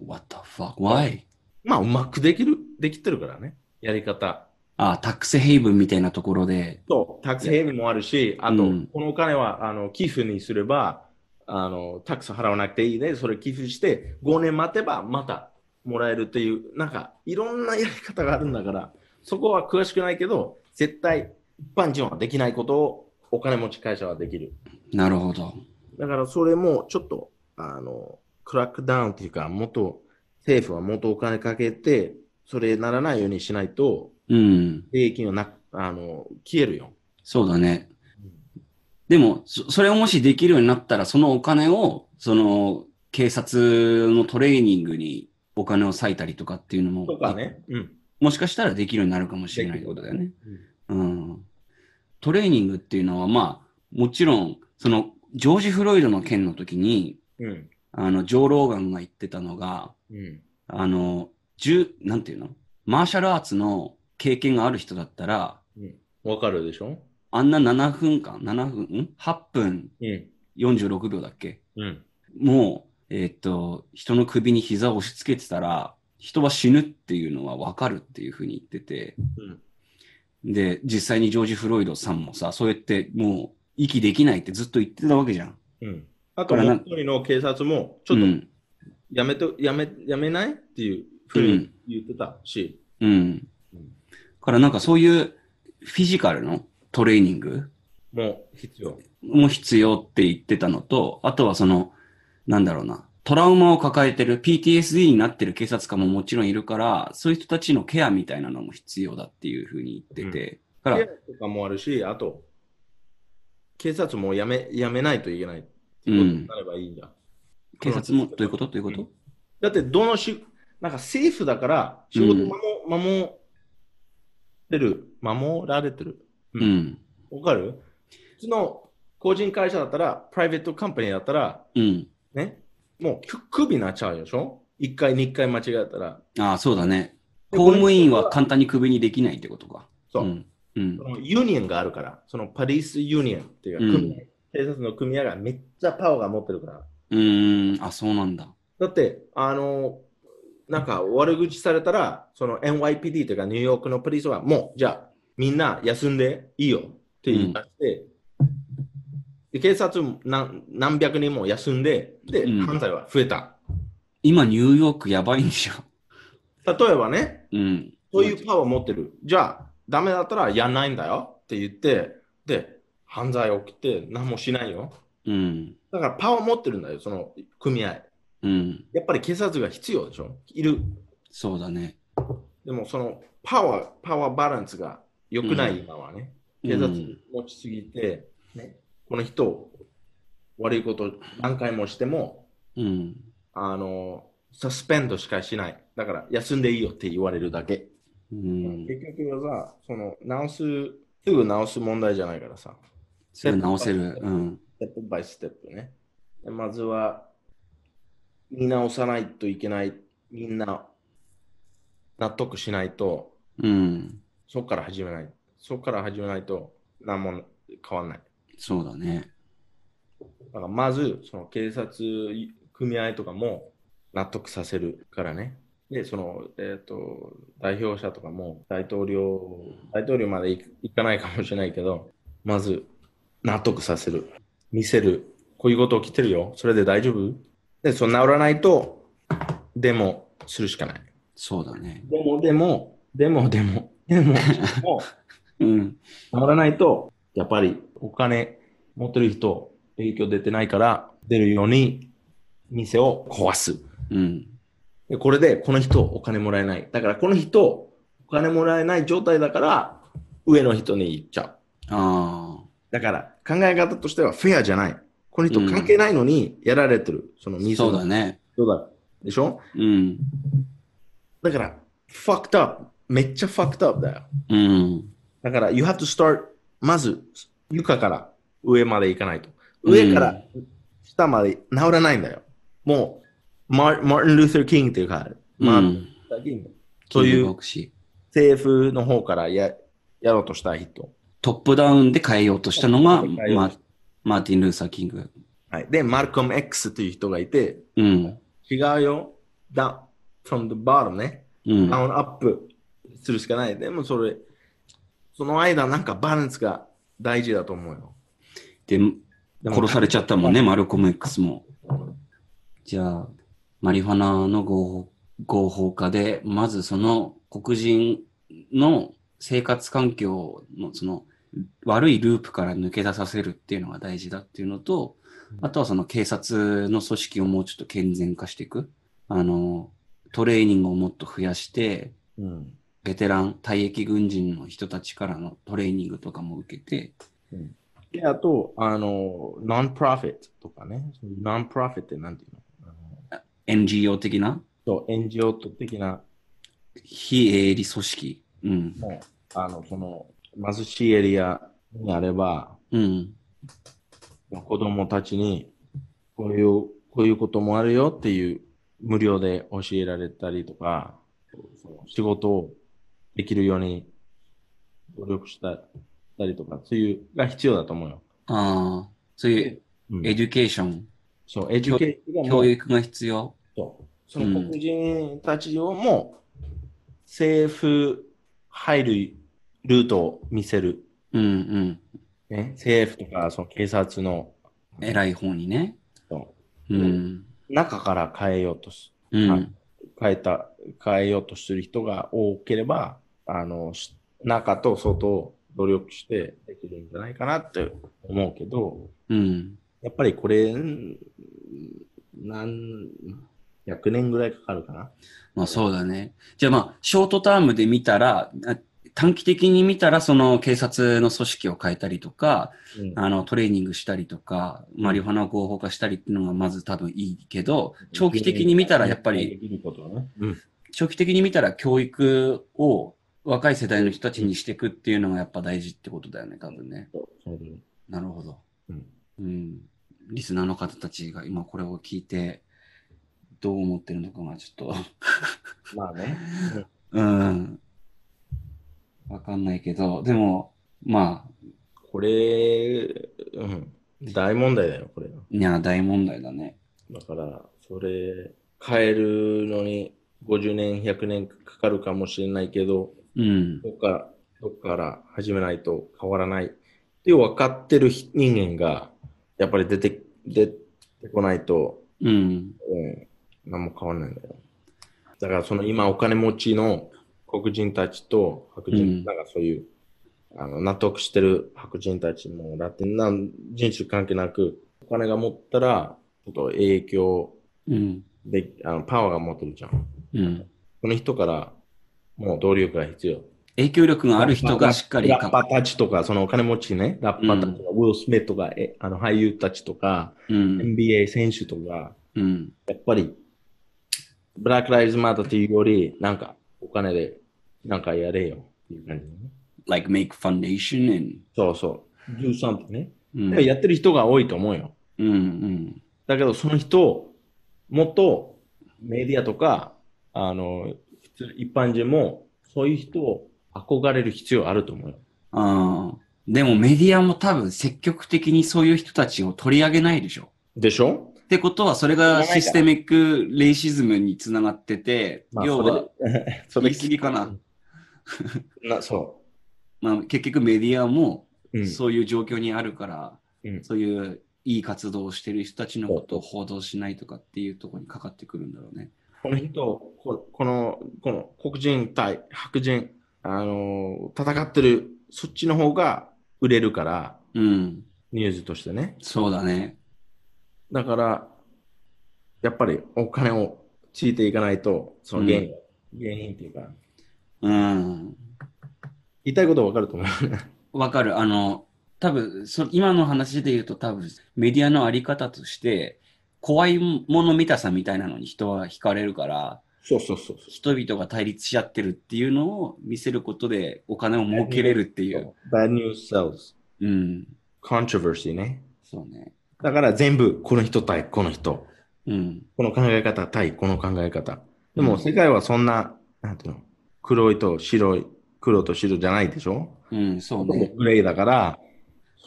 S2: What the fuck? Why?
S3: まあ、うまくできる、できてるからね、やり方。
S2: ああ、タックスヘイブンみたいなところで。
S3: そう、タックスヘイブンもあるし、あと、
S2: うん
S3: このお金はあの寄付にすればあの、タックス払わなくていいで、それ寄付して、5年待てばまたもらえるっていう、なんか、いろんなやり方があるんだから、そこは詳しくないけど、絶対、一般人はできないことをお金持ち会社はできる。
S2: なるほど。
S3: だから、それもちょっと、あの、クラックダウンっていうか、もっと、政府はもっとお金かけて、それならないようにしないと、
S2: うん。
S3: 税金はなあの消えるよ。
S2: そうだね。でも、そそれをもしできるようになったら、そのお金を、その、警察のトレーニングにお金を割いたりとかっていうのも、
S3: とかね。うん。
S2: もしかしたらできるようになるかもしれないってことだよね。
S3: うん
S2: うん。トレーニングっていうのは、まあ、もちろん、その、ジョージ・フロイドの件の時に、
S3: うん。
S2: あの、ジョー・ローガンが言ってたのが、
S3: うん。
S2: あの、銃、なんていうのマーシャルアーツの経験がある人だったら、
S3: わかるでしょ
S2: あんな7分間、7分、ん ?8 分
S3: うん。
S2: 46秒だっけ
S3: うん。
S2: もう、えーっと、人の首に膝を押し付けてたら、人は死ぬっていうのはわかるっていうふうに言ってて、
S3: うん
S2: で、実際にジョージ・フロイドさんもさ、そうやってもう、息できないってずっと言ってたわけじゃん。
S3: うん。あともう一人の警察も、ちょ
S2: う
S3: っと
S2: ん。
S3: やめと、やめ、やめないっていうふうに言ってたし、
S2: うん。
S3: うん
S2: からなんかそういうフィジカルのトレーニング
S3: もう必要。
S2: も必要って言ってたのと、あとはその、なんだろうな、トラウマを抱えてる PTSD になってる警察官ももちろんいるから、そういう人たちのケアみたいなのも必要だっていうふうに言ってて、だか
S3: ケ
S2: ら
S3: ア、とかもあるし、あと、警察もやめ、やめないといけないっていうことになればいいんだ。
S2: 警察も、どういうことどういうこと
S3: だって、どのし、なんか政府だから、仕事守、守れる、守られてる。
S2: う。
S3: うんんわかるうちの個人会社だったら、プライベートカンパニーだったら、
S2: うん。
S3: ね、もうくクビになっちゃうでしょ一回、二回間違えたら。
S2: ああ、そうだね。公務員は簡単にクビにできないってことか。
S3: そう、
S2: ん。うん
S3: そ。のユニオンがあるから、そのパリスユニオンっていうか、
S2: うん
S3: 組合警察の組合がめっちゃパワーが持ってるから。
S2: うーん。あ、そうなんだ。
S3: だって、あの、なんか悪口されたら、その NYPD というかニューヨークのポリスは、もう、じゃあ、みんな休んでいいよって言い出して、で警察も何何百人も休んで、で、
S2: うん
S3: 犯罪は増えた。
S2: 今、ニューヨークやばいんでしょ。
S3: 例えばね、
S2: うん。
S3: そういうパワーを持ってる。じゃあ、ダメだったらやんないんだよって言って、で、犯罪起きて何もしないよ。
S2: うん。
S3: だからパワー持ってるんだよ、その組合。
S2: うん。
S3: やっぱり警察が必要でしょいる。
S2: そうだね。
S3: でもそのパワー、パワーバランスが良くない、
S2: うん
S3: 今はね。
S2: うん
S3: 警察持ちすぎて、ね、この人を悪いこと何回もしても、
S2: うん。
S3: あの、サスペンドしかしない。だから休んでいいよって言われるだけ。
S2: うん。
S3: 結局はさ、その直す、すぐ直す問題じゃないからさ、
S2: それ直せる。うん。
S3: ステップバイステップね。でまずは、見直さないといけない、みんな納得しないと、
S2: うん。
S3: そこから始めない。そこから始めないと、何も変わらない。
S2: そうだね。
S3: だからまず、その警察組合とかも納得させるからね。で、その、えっ、と、代表者とかも大統領、大統領までいいかないかもしれないけど、まず納得させる。見せる。こういうこと起きてるよ。それで大丈夫で、その治らないと、デモするしかない。
S2: そうだね。
S3: でも、でも、でも、でも、でも、もう
S2: うん。
S3: ならないと、やっぱりお金持ってる人、影響出てないから、出るように店を壊す。
S2: うん。
S3: でこれで、この人、お金もらえない。だから、この人、お金もらえない状態だから、上の人に行っちゃう。
S2: あ
S3: だから、考え方としてはフェアじゃない。この人関係ないのにやられてる。その
S2: あ。
S3: ミ
S2: そ
S3: ソ
S2: うだね。
S3: そうだ。でしょ
S2: うん。
S3: だから、fucked up。めっちゃ fucked up だよ。
S2: うん。
S3: だから、you have to start まず床から上まで行かないと。上から下まで治らないんだよ。もう、ママーティン・ルーサー・キングっていうか、マ
S2: う
S3: ーティ
S2: ん。
S3: ン・ルーサー・キング。そうい
S2: キング
S3: う
S2: ボクシ
S3: 政府の方からややろうとした人。
S2: ートップダウンで変えようとしたのが、
S3: トップダウンで変えよう
S2: ママーティン・ルーサー・キング。
S3: はい、で、マルコム X という人がいて、
S2: うん。
S3: 違うよ。down from the bottom ね。
S2: うん。
S3: ダウンアップするしかない。でもそれ、その間なんかバランスが大事だと思うよ。
S2: で、
S3: でも
S2: 殺されちゃったもんね、マルコム X も。じゃあ、マリファナの合法合法化で、まずその黒人の生活環境のその悪いループから抜け出させるっていうのが大事だっていうのと、あとはその警察の組織をもうちょっと健全化していく。あの、トレーニングをもっと増やして、
S3: うん。
S2: ベテラン、退役軍人の人たちからのトレーニングとかも受けて、
S3: で、あと、あの、ノンプロフィットとかね。ノンプロフィットってなんていうのあの
S2: NGO 的な
S3: そう、NGO 的な、
S2: 非営利組織。うん。
S3: もう、あの、その、貧しいエリアにあれば、
S2: うん。
S3: 子供たちに、こういう、こういうこともあるよっていう、無料で教えられたりとか、その仕事をできるように努力したしたりとか、そういうが必要だと思うよ。
S2: ああ、そういう
S3: うん
S2: エデュケーション、
S3: そう、エデュケーションがも
S2: 教
S3: う
S2: 育が必要。
S3: そうその黒人たちをもう政府入るルートを見せる。
S2: うんうん。
S3: ね、政府とかその警察の
S2: 偉い方にね。。
S3: そううん中から変えようとす
S2: うん。
S3: はい変えた、変えようとする人が多ければ、あの、し中と外を努力してできるんじゃないかなって思うけど、
S2: うん。
S3: やっぱりこれ、ん何、100年ぐらいかかるかな。
S2: まあそうだね。じゃあまあ、ショートタームで見たら、あ短期的に見たら、その警察の組織を変えたりとか、
S3: うん
S2: あのトレーニングしたりとか、マリファナを合法化したりっていうのがまず多分いいけど、長期的に見たらやっぱり、
S3: できることはね。うん。
S2: 長期的に見たら教育を若い世代の人たちにしていくっていうのがやっぱ大事ってことだよね、多分ね。
S3: そうそうだね
S2: なるほど。
S3: うん
S2: うん。リスナーの方たちが今これを聞いて、どう思ってるのかがちょっと、
S3: まあね。
S2: うん。わかんないけど、でも、まあ、
S3: これ、うん。大問題だよ、これは。
S2: いや、大問題だね。
S3: だから、それ、変えるのに50年、100年かかるかもしれないけど、
S2: うん。
S3: どっか、どっから始めないと変わらないって分かってる人間が、やっぱり出て、出てこないと、
S2: うん。
S3: うん、何も変わらないんだよ。だからその今お金持ちの黒人たちと白人、
S2: うん
S3: なんかそういう、あの、納得してる白人たちも、ラテンな人種関係なく、お金が持ったら、ちょっと影響
S2: うん。
S3: で、あの、パワーが持ってるじゃん。
S2: うん。
S3: その人から、もう動力が必要。
S2: 影響力がある人がしっかり
S3: ラッパたちとか、そのお金持ちね、ラッパたちとか、ウィル・スミスとか、えあの俳優たちとか、
S2: うん。
S3: NBA 選手とか、
S2: うん。
S3: やっぱり、ブラック・ライズ・マターというより、なんか、お金で、なんかやれよっていう感じ、ね。
S2: like make foundation and
S3: そうそう。do something ね。
S2: うん。
S3: やってる人が多いと思うよ。
S2: うんうん。
S3: だけど、その人を、もっとメディアとか、あの、普通一般人も、そういう人を憧れる必要あると思うよ。
S2: ああ。でもメディアも多分積極的にそういう人たちを取り上げないでしょ。
S3: でしょ
S2: ってことは、それがシステミックレイシズムにつながってて、
S3: まあ
S2: 要は、
S3: そ
S2: 言い過ぎかな。
S3: な、そ
S2: まあ、結局メディアも
S3: う。うん。
S2: そういう状況にあるから、
S3: うん
S2: そういういい活動をしてる人たちのことを報道しないとかっていうところにかかってくるんだろうね。
S3: この人、ここの、この黒人対白人、あのー戦ってる、そっちの方が売れるから、
S2: うん。
S3: ニュースとしてね。
S2: そうだね。
S3: だから、やっぱりお金をついていかないと、その原因、原因っていうか、
S2: うん。
S3: 言いたいことはわかると思う。
S2: わかる。あの、多分そ今の話で言うと多分メディアのあり方として怖いもの見たさみたいなのに人は惹かれるから
S3: そうそうそうそ
S2: 人々が対立し合ってるっていうのを見せることでお金を儲けれるっていう。。
S3: bad news sells.
S2: うん。
S3: controversy ね。
S2: そうね。
S3: だから全部、この人対この人。
S2: うん。
S3: この考え方対この考え方。で
S2: う
S3: も
S2: ん
S3: 世界はそんな、なんていうの、黒いと白い、黒と白じゃないでしょ
S2: うん、そう
S3: ほとんど
S2: ね。
S3: グレーだから、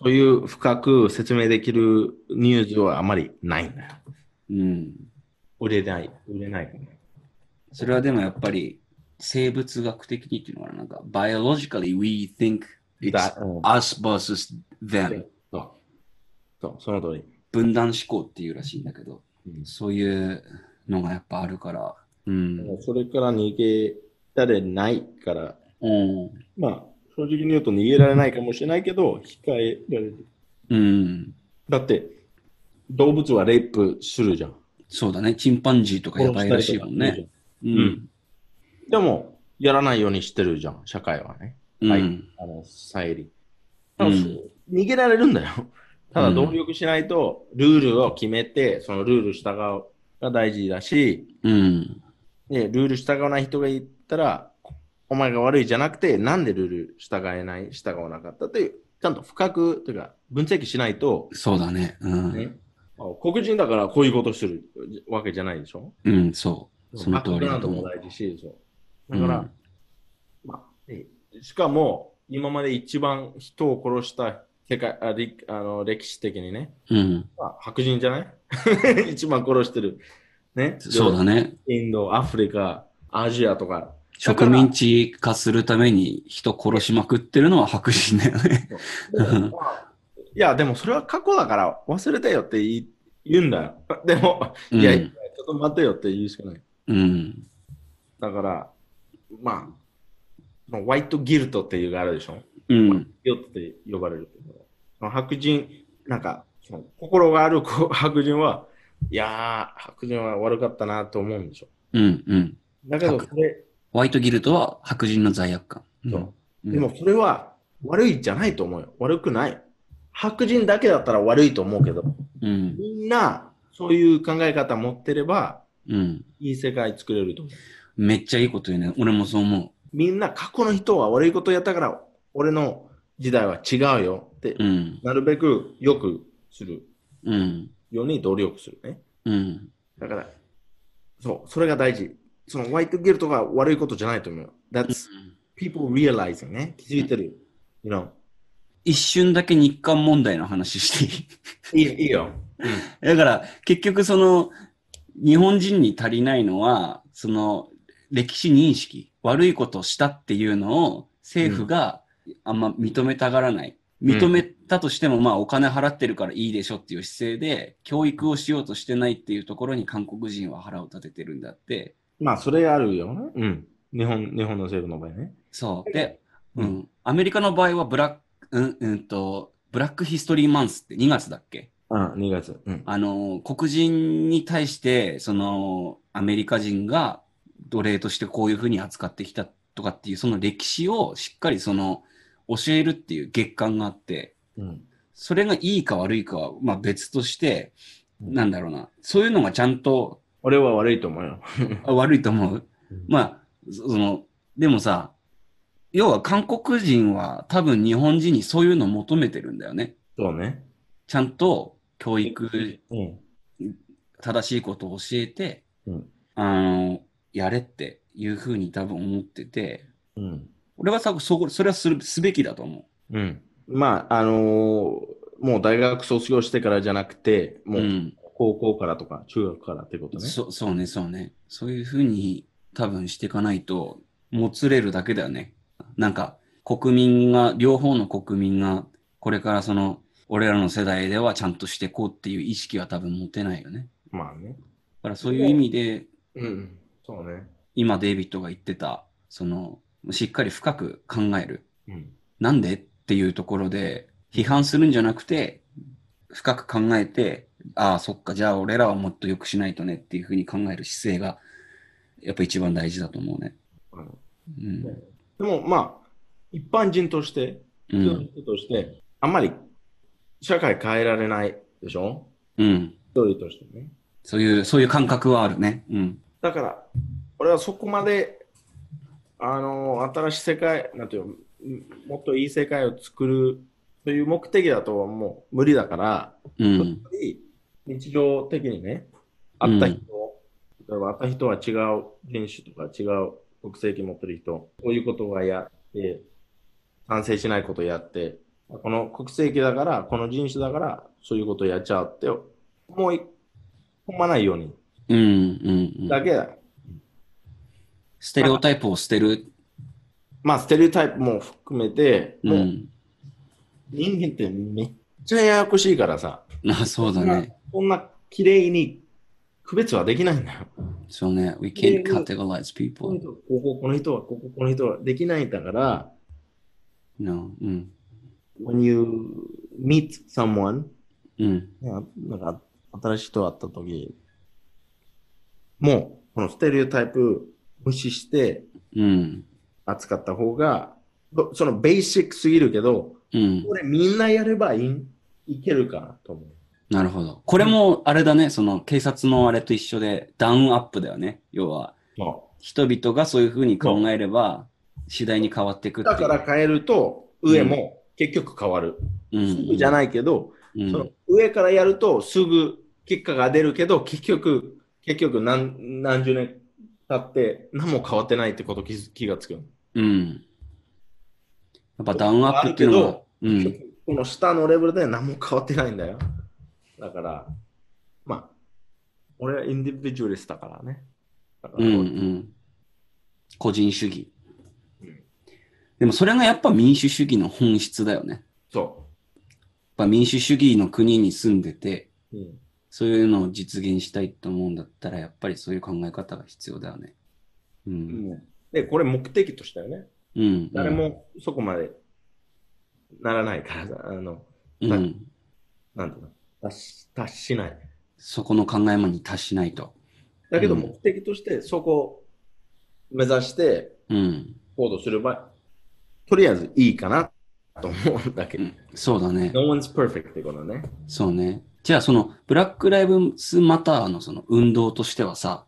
S3: そういう深く説明できるニュースはあまりないんだよ。
S2: うん。
S3: 売れない、売れない。
S2: それはでもやっぱり生物学的にっていうのはなんか biologically we think it's
S3: だうん
S2: us versus them
S3: そう。そう、その通り。
S2: 分断思考っていうらしいんだけどそういうのがやっぱあるから。うん。
S3: それから逃げられないから、
S2: うん。
S3: まあ、正直に言うと逃げられないかもしれないけど、控えられる。
S2: うん。
S3: だって、動物はレイプするじゃん。
S2: そうだね。チンパンジーとかやばいらしいもんね。う
S3: りとか
S2: ん。
S3: でも、やらないようにしてるじゃん、社会はね。
S2: うん。
S3: はいあの、サイリ。
S2: うん
S3: 逃げられるんだよ。ただ、努力しないと、ルールを決めて、そのルール従うが大事だし、
S2: うん。
S3: で、ルール従わない人がいたら、お前が悪いじゃなくて、なんでルール従えない、従わなかったっていう、ちゃんと深く、というか、分析しないと、
S2: そうだね。うん。
S3: ね、あ黒人だからこういうことするわけじゃないでしょ
S2: うん、そう。その通りだと思
S3: バ
S2: う
S3: ックグラウンドも。大事し、そう。
S2: う
S3: だ
S2: ん
S3: から、まあ、えしかも、今まで一番人を殺した世界ありあの歴史的にね、
S2: うん。
S3: まあ、白人じゃない 一番殺してる。ね、
S2: そうだね。
S3: インド、アフリカ、アジアとか。
S2: 植民地化するために人殺しまくってるのは白人だよね。
S3: だからまあいや、でもそれは過去だから忘れてよって言い言うんだよ。でも、
S2: うん
S3: いや、ちょっと待てよって言うしかない。
S2: うん。
S3: だから、まあ、ホワイトギルトっていうのがあるでしょ
S2: うん。
S3: ギルトって呼ばれるけどその白人、なんか、その心がある子 白人は、いやー、白人は悪かったなと思うんでしょ。
S2: うん。うん。
S3: だけど、それ、
S2: ホワイトギルトは白人の罪悪感。うん
S3: そう
S2: うん
S3: でもそれは悪いじゃないと思うよ。悪くない。白人だけだったら悪いと思うけど、
S2: うん。
S3: みんな、そういう考え方持ってれば、
S2: うん。
S3: いい世界作れると思う。
S2: めっちゃいいこと言うね。俺もそう思
S3: みんな過去の人は悪いことやったから、俺の時代は違うよって
S2: う。うん。
S3: なるべく良くする
S2: うん。
S3: ように努力するね。
S2: うん。
S3: だから、そう、それが大事。そのホワイトギルトが悪いことじゃないと思う。That's people realizing ね。気づいてる。You know.
S2: 一瞬だけ日韓問題の話していい
S3: いいいいよ。
S2: だから結局その日本人に足りないのはその歴史認識悪いことをしたっていうのを政府があんま認めたがらない、
S3: ん
S2: 認めたとしてもまあお金払ってるからいいでしょっていう姿勢で教育をしようとしてないっていうところに韓国人は腹を立ててるんだって
S3: まあ、それあるよね。うん。日本日本の政府の場合ね。
S2: そうで、
S3: う
S2: うんん、アメリカの場合はブラック、うんうん、とブラックヒストリーマンスって2月だっけ
S3: あ2月。うん。
S2: あの黒人に対してそのアメリカ人が奴隷としてこういうふうに扱ってきたとかっていうその歴史をしっかりその教えるっていう月間があって
S3: うん。
S2: それがいいか悪いかはまあ別として
S3: うん
S2: なんだろうなそういうのがちゃんと
S3: 俺は悪いと思うよ。
S2: あ悪いと思う
S3: うん
S2: まあそそのでもさ要は韓国人は多分日本人にそういうのを求めてるんだよね
S3: そうね。
S2: ちゃんと教育
S3: うん。
S2: 正しいことを教えて、
S3: うん
S2: あのやれっていうふうに多分思ってて
S3: うん。
S2: 俺はさそこそれはするすべきだと思
S3: うん。まあ、あのーもう大学卒業してからじゃなくて、
S2: う。
S3: もう
S2: うん
S3: 高校からとか中学からってことね。
S2: そそうねそうねそういうふうに多分していかないともつれるだけだよねなんか国民が両方の国民がこれからその俺らの世代ではちゃんとしてこうっていう意識は多分持てないよね
S3: まあね。
S2: だからそういう意味で
S3: うん。そうね。
S2: 今デイビッドが言ってたそのしっかり深く考える
S3: うん。
S2: なんでっていうところで批判するんじゃなくて深く考えてああ、そっか、じゃあ俺らはもっと良くしないとねっていうふうに考える姿勢が、やっぱ一番大事だと思うね。
S3: うん
S2: うん。
S3: でもまあ、一般人として、
S2: う
S3: 普通の
S2: ん。
S3: 人として、あんまり社会変えられないでしょ
S2: うん。
S3: 一人としてね。
S2: そういう、そういう感覚はあるね。うん。
S3: だから、俺はそこまで、あの、新しい世界、なんていうのんもっといい世界を作るという目的だとはもう無理だから、
S2: うん。
S3: 日常的にね、会った人、例えば会った人は違う人種とか違う国籍持ってる人、こういうことがやって、賛成しないことやって、この国籍だから、この人種だから、そういうことやっちゃうって、もう、ほんまないように、
S2: うん。うん。う
S3: だ
S2: ん。
S3: けだ。
S2: ステレオタイプを捨てる。
S3: まあ、ステレオタイプも含めて、
S2: う。
S3: もうん人間ってめっちゃややこしいからさ、
S2: あ、 そうだね。
S3: こんな綺麗に区別はできないんだよ。
S2: そうね。We
S3: で
S2: can't categorize
S3: この
S2: people.
S3: 人はここ、この人はここ、この人はできないんだから、
S2: No. うん。
S3: when you meet someone、
S2: うん。
S3: ねなんか新しい人会った時、もうこのステレオタイプ無視して
S2: うん。
S3: 扱った方が、どそのベーシックすぎるけど、
S2: うん。
S3: これみんなやればいい、いけるかなと思う。
S2: なるほど。これも、あれだね。その、警察のあれと一緒で、ダウンアップだよね。要は、
S3: そ
S2: 人々がそういうふうに考えれば、次第に変わっていくっ
S3: う
S2: ていう
S3: だから変えると上も結局変わる。
S2: うん
S3: すぐじゃ
S2: い。
S3: ないけど、
S2: うん
S3: その上からやるとすぐ結果が出るけど、結局、結局何何十年経って何も変わってないってこと気づ気がつくの。
S2: うん。やっぱダウンアップっていうのは、うん、
S3: この下のレベルで何も変わってないんだよ。だから、まあ、俺はインディビジュアリストだからね。だか
S2: う
S3: ら
S2: ん、うん。個人主義
S3: うん。
S2: でもそれがやっぱ民主主義の本質だよね。やっ
S3: そ
S2: ぱ民主主義の国に住んでて、
S3: う。うん、
S2: そういうのを実現したいと思うんだったら、やっぱりそういう考え方が必要だよね。うん。
S3: で、これ目的としたよね。
S2: うん。
S3: 誰もそこまでならないからさ、あの、
S2: うん、うん。
S3: なんとか、達し達しない。
S2: そこの考えもに達しないと。
S3: だけど
S2: うん
S3: 目的としてそこを目指して
S2: うん。
S3: 行動すれば、とりあえずいいかなと思うんだけ
S2: う
S3: ど。
S2: ん、そうだね。
S3: No one's perfect ってことね。
S2: そうね。じゃあ、その、ブラック・ライブス・マターのその運動としてはさ、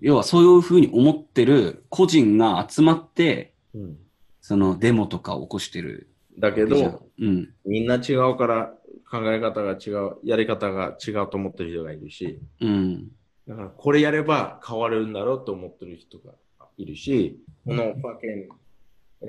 S2: 要はそういうふうに思ってる個人が集まって、
S3: うん、
S2: そのデモとかを起こしてる
S3: だけ
S2: わけじゃ
S3: ど
S2: ん。、うん。
S3: みんな違うから考え方が違う、やり方が違うと思ってる人がいるし、
S2: うん。
S3: だからこれやれば変わるんだろうと思ってる人がいるし、このパケン、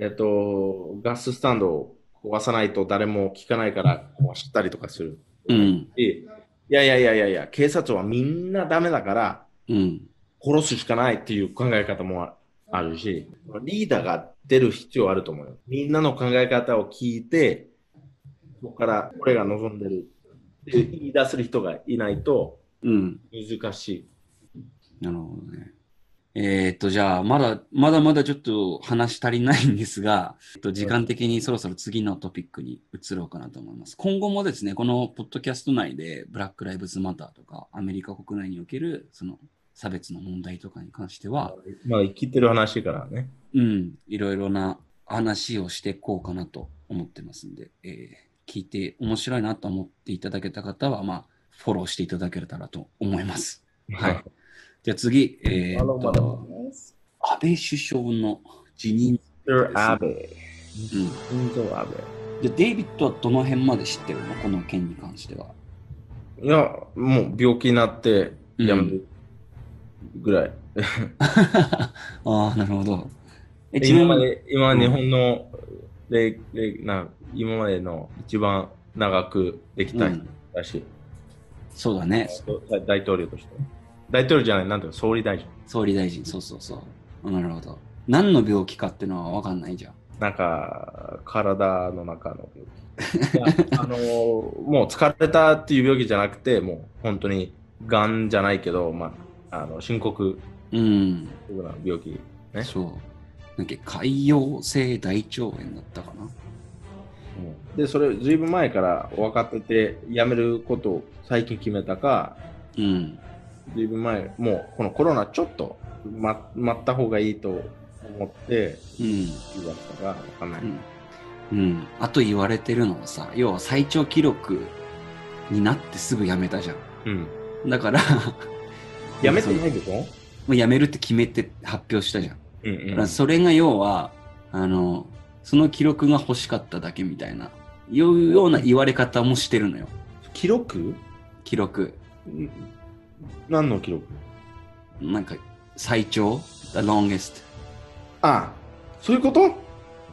S3: えっ、と、ガススタンドを壊さないと誰も聞かないから壊したりとかする。
S2: うん。
S3: いやいやいやいやいや、警察はみんなダメだから
S2: うん。
S3: 殺すしかないっていう考え方もああるし、リーダーが出る必要あると思うよ。みんなの考え方を聞いて、ここから俺が望んでるって言い出せる人がいないと
S2: うん。
S3: 難しい。
S2: なるほどね。えーっと、じゃあ、まだ、まだまだちょっと話足りないんですが、えっと、時間的にそろそろ次のトピックに移ろうかなと思います。今後もですね、このポッドキャスト内で、ブラック・ライブズ・マターとか、アメリカ国内における、その、差別の問題とかに関しては、
S3: まあ生きてる話からね。
S2: うん、いろいろな話をしていこうかなと思ってますんで、えー聞いて面白いなと思っていただけた方は、まあ、フォローしていただけたらと思います。はい。じゃあ次、えーっ
S3: まだま
S2: と、安倍首相の辞任。
S3: Mr. Abe。
S2: うん、
S3: Shinzo Abe
S2: でデイビッドはどの辺まで知ってるのこの件に関しては。
S3: いや、もう病気になってやめるぐらい。
S2: ああ、なるほど。え、自
S3: 今
S2: 分
S3: ま
S2: ま
S3: で、今
S2: うん
S3: 日本の、れれな今までの一番長くでき
S2: う
S3: た人
S2: ん、
S3: らしい、
S2: そうだね。
S3: 大大統領として。大統領じゃない、なんていうの総理大臣。
S2: 総理大臣、そうそうそう。あなるほど。何の病気かってのは分かんないじゃん。
S3: なんか、体の中の病気。いやあ のーもう疲れたっていう病気じゃなくて、もう本当に、がんじゃないけど、まあ、あの深刻
S2: うん。
S3: な病気。ね
S2: そう。なんか、潰瘍性大腸炎だったかな。
S3: で、それ、ずいぶん前から分かってて、辞めることを最近決めたか、
S2: うん。
S3: ずいぶん前、もうこのコロナちょっと待待った方がいいと思って
S2: うん。
S3: 言われたか分かんない。
S2: うんうん。あと言われてるのはさ、要は最長記録になってすぐ辞めたじゃん。
S3: うん。
S2: だから、
S3: 辞めて
S2: も
S3: ないでしょ
S2: う辞めるって決めて発表したじゃん。
S3: うん
S2: だか
S3: う
S2: らそれが要は、あの、その記録が欲しかっただけみたいな、いうような言われ方もしてるのよ。
S3: 記録
S2: 記録。
S3: ん何の記録
S2: なんか、最長 ?the longest.
S3: ああ、そういうこと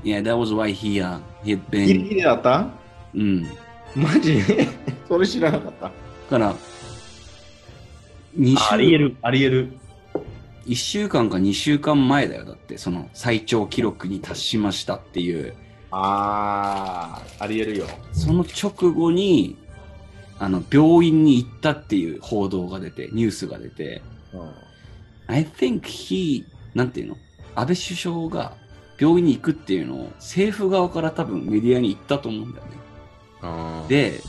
S2: Yeah, that was why he, uh, he'd
S3: ギリ
S2: been,
S3: ギリだった
S2: うん。だ
S3: マジ それ知らなかった。
S2: から、2週、
S3: る、ありえる。
S2: 1週間か2週間前だよ。だって、その最長記録に達しましたっていう、
S3: ああ、ありえるよ。
S2: その直後に、あの、病院に行ったっていう報道が出て、ニュースが出て、I think he なんていうの安倍首相が病院に行くっていうのを政府側から多分メディアに言ったと思うんだよね。
S3: あで、
S2: で、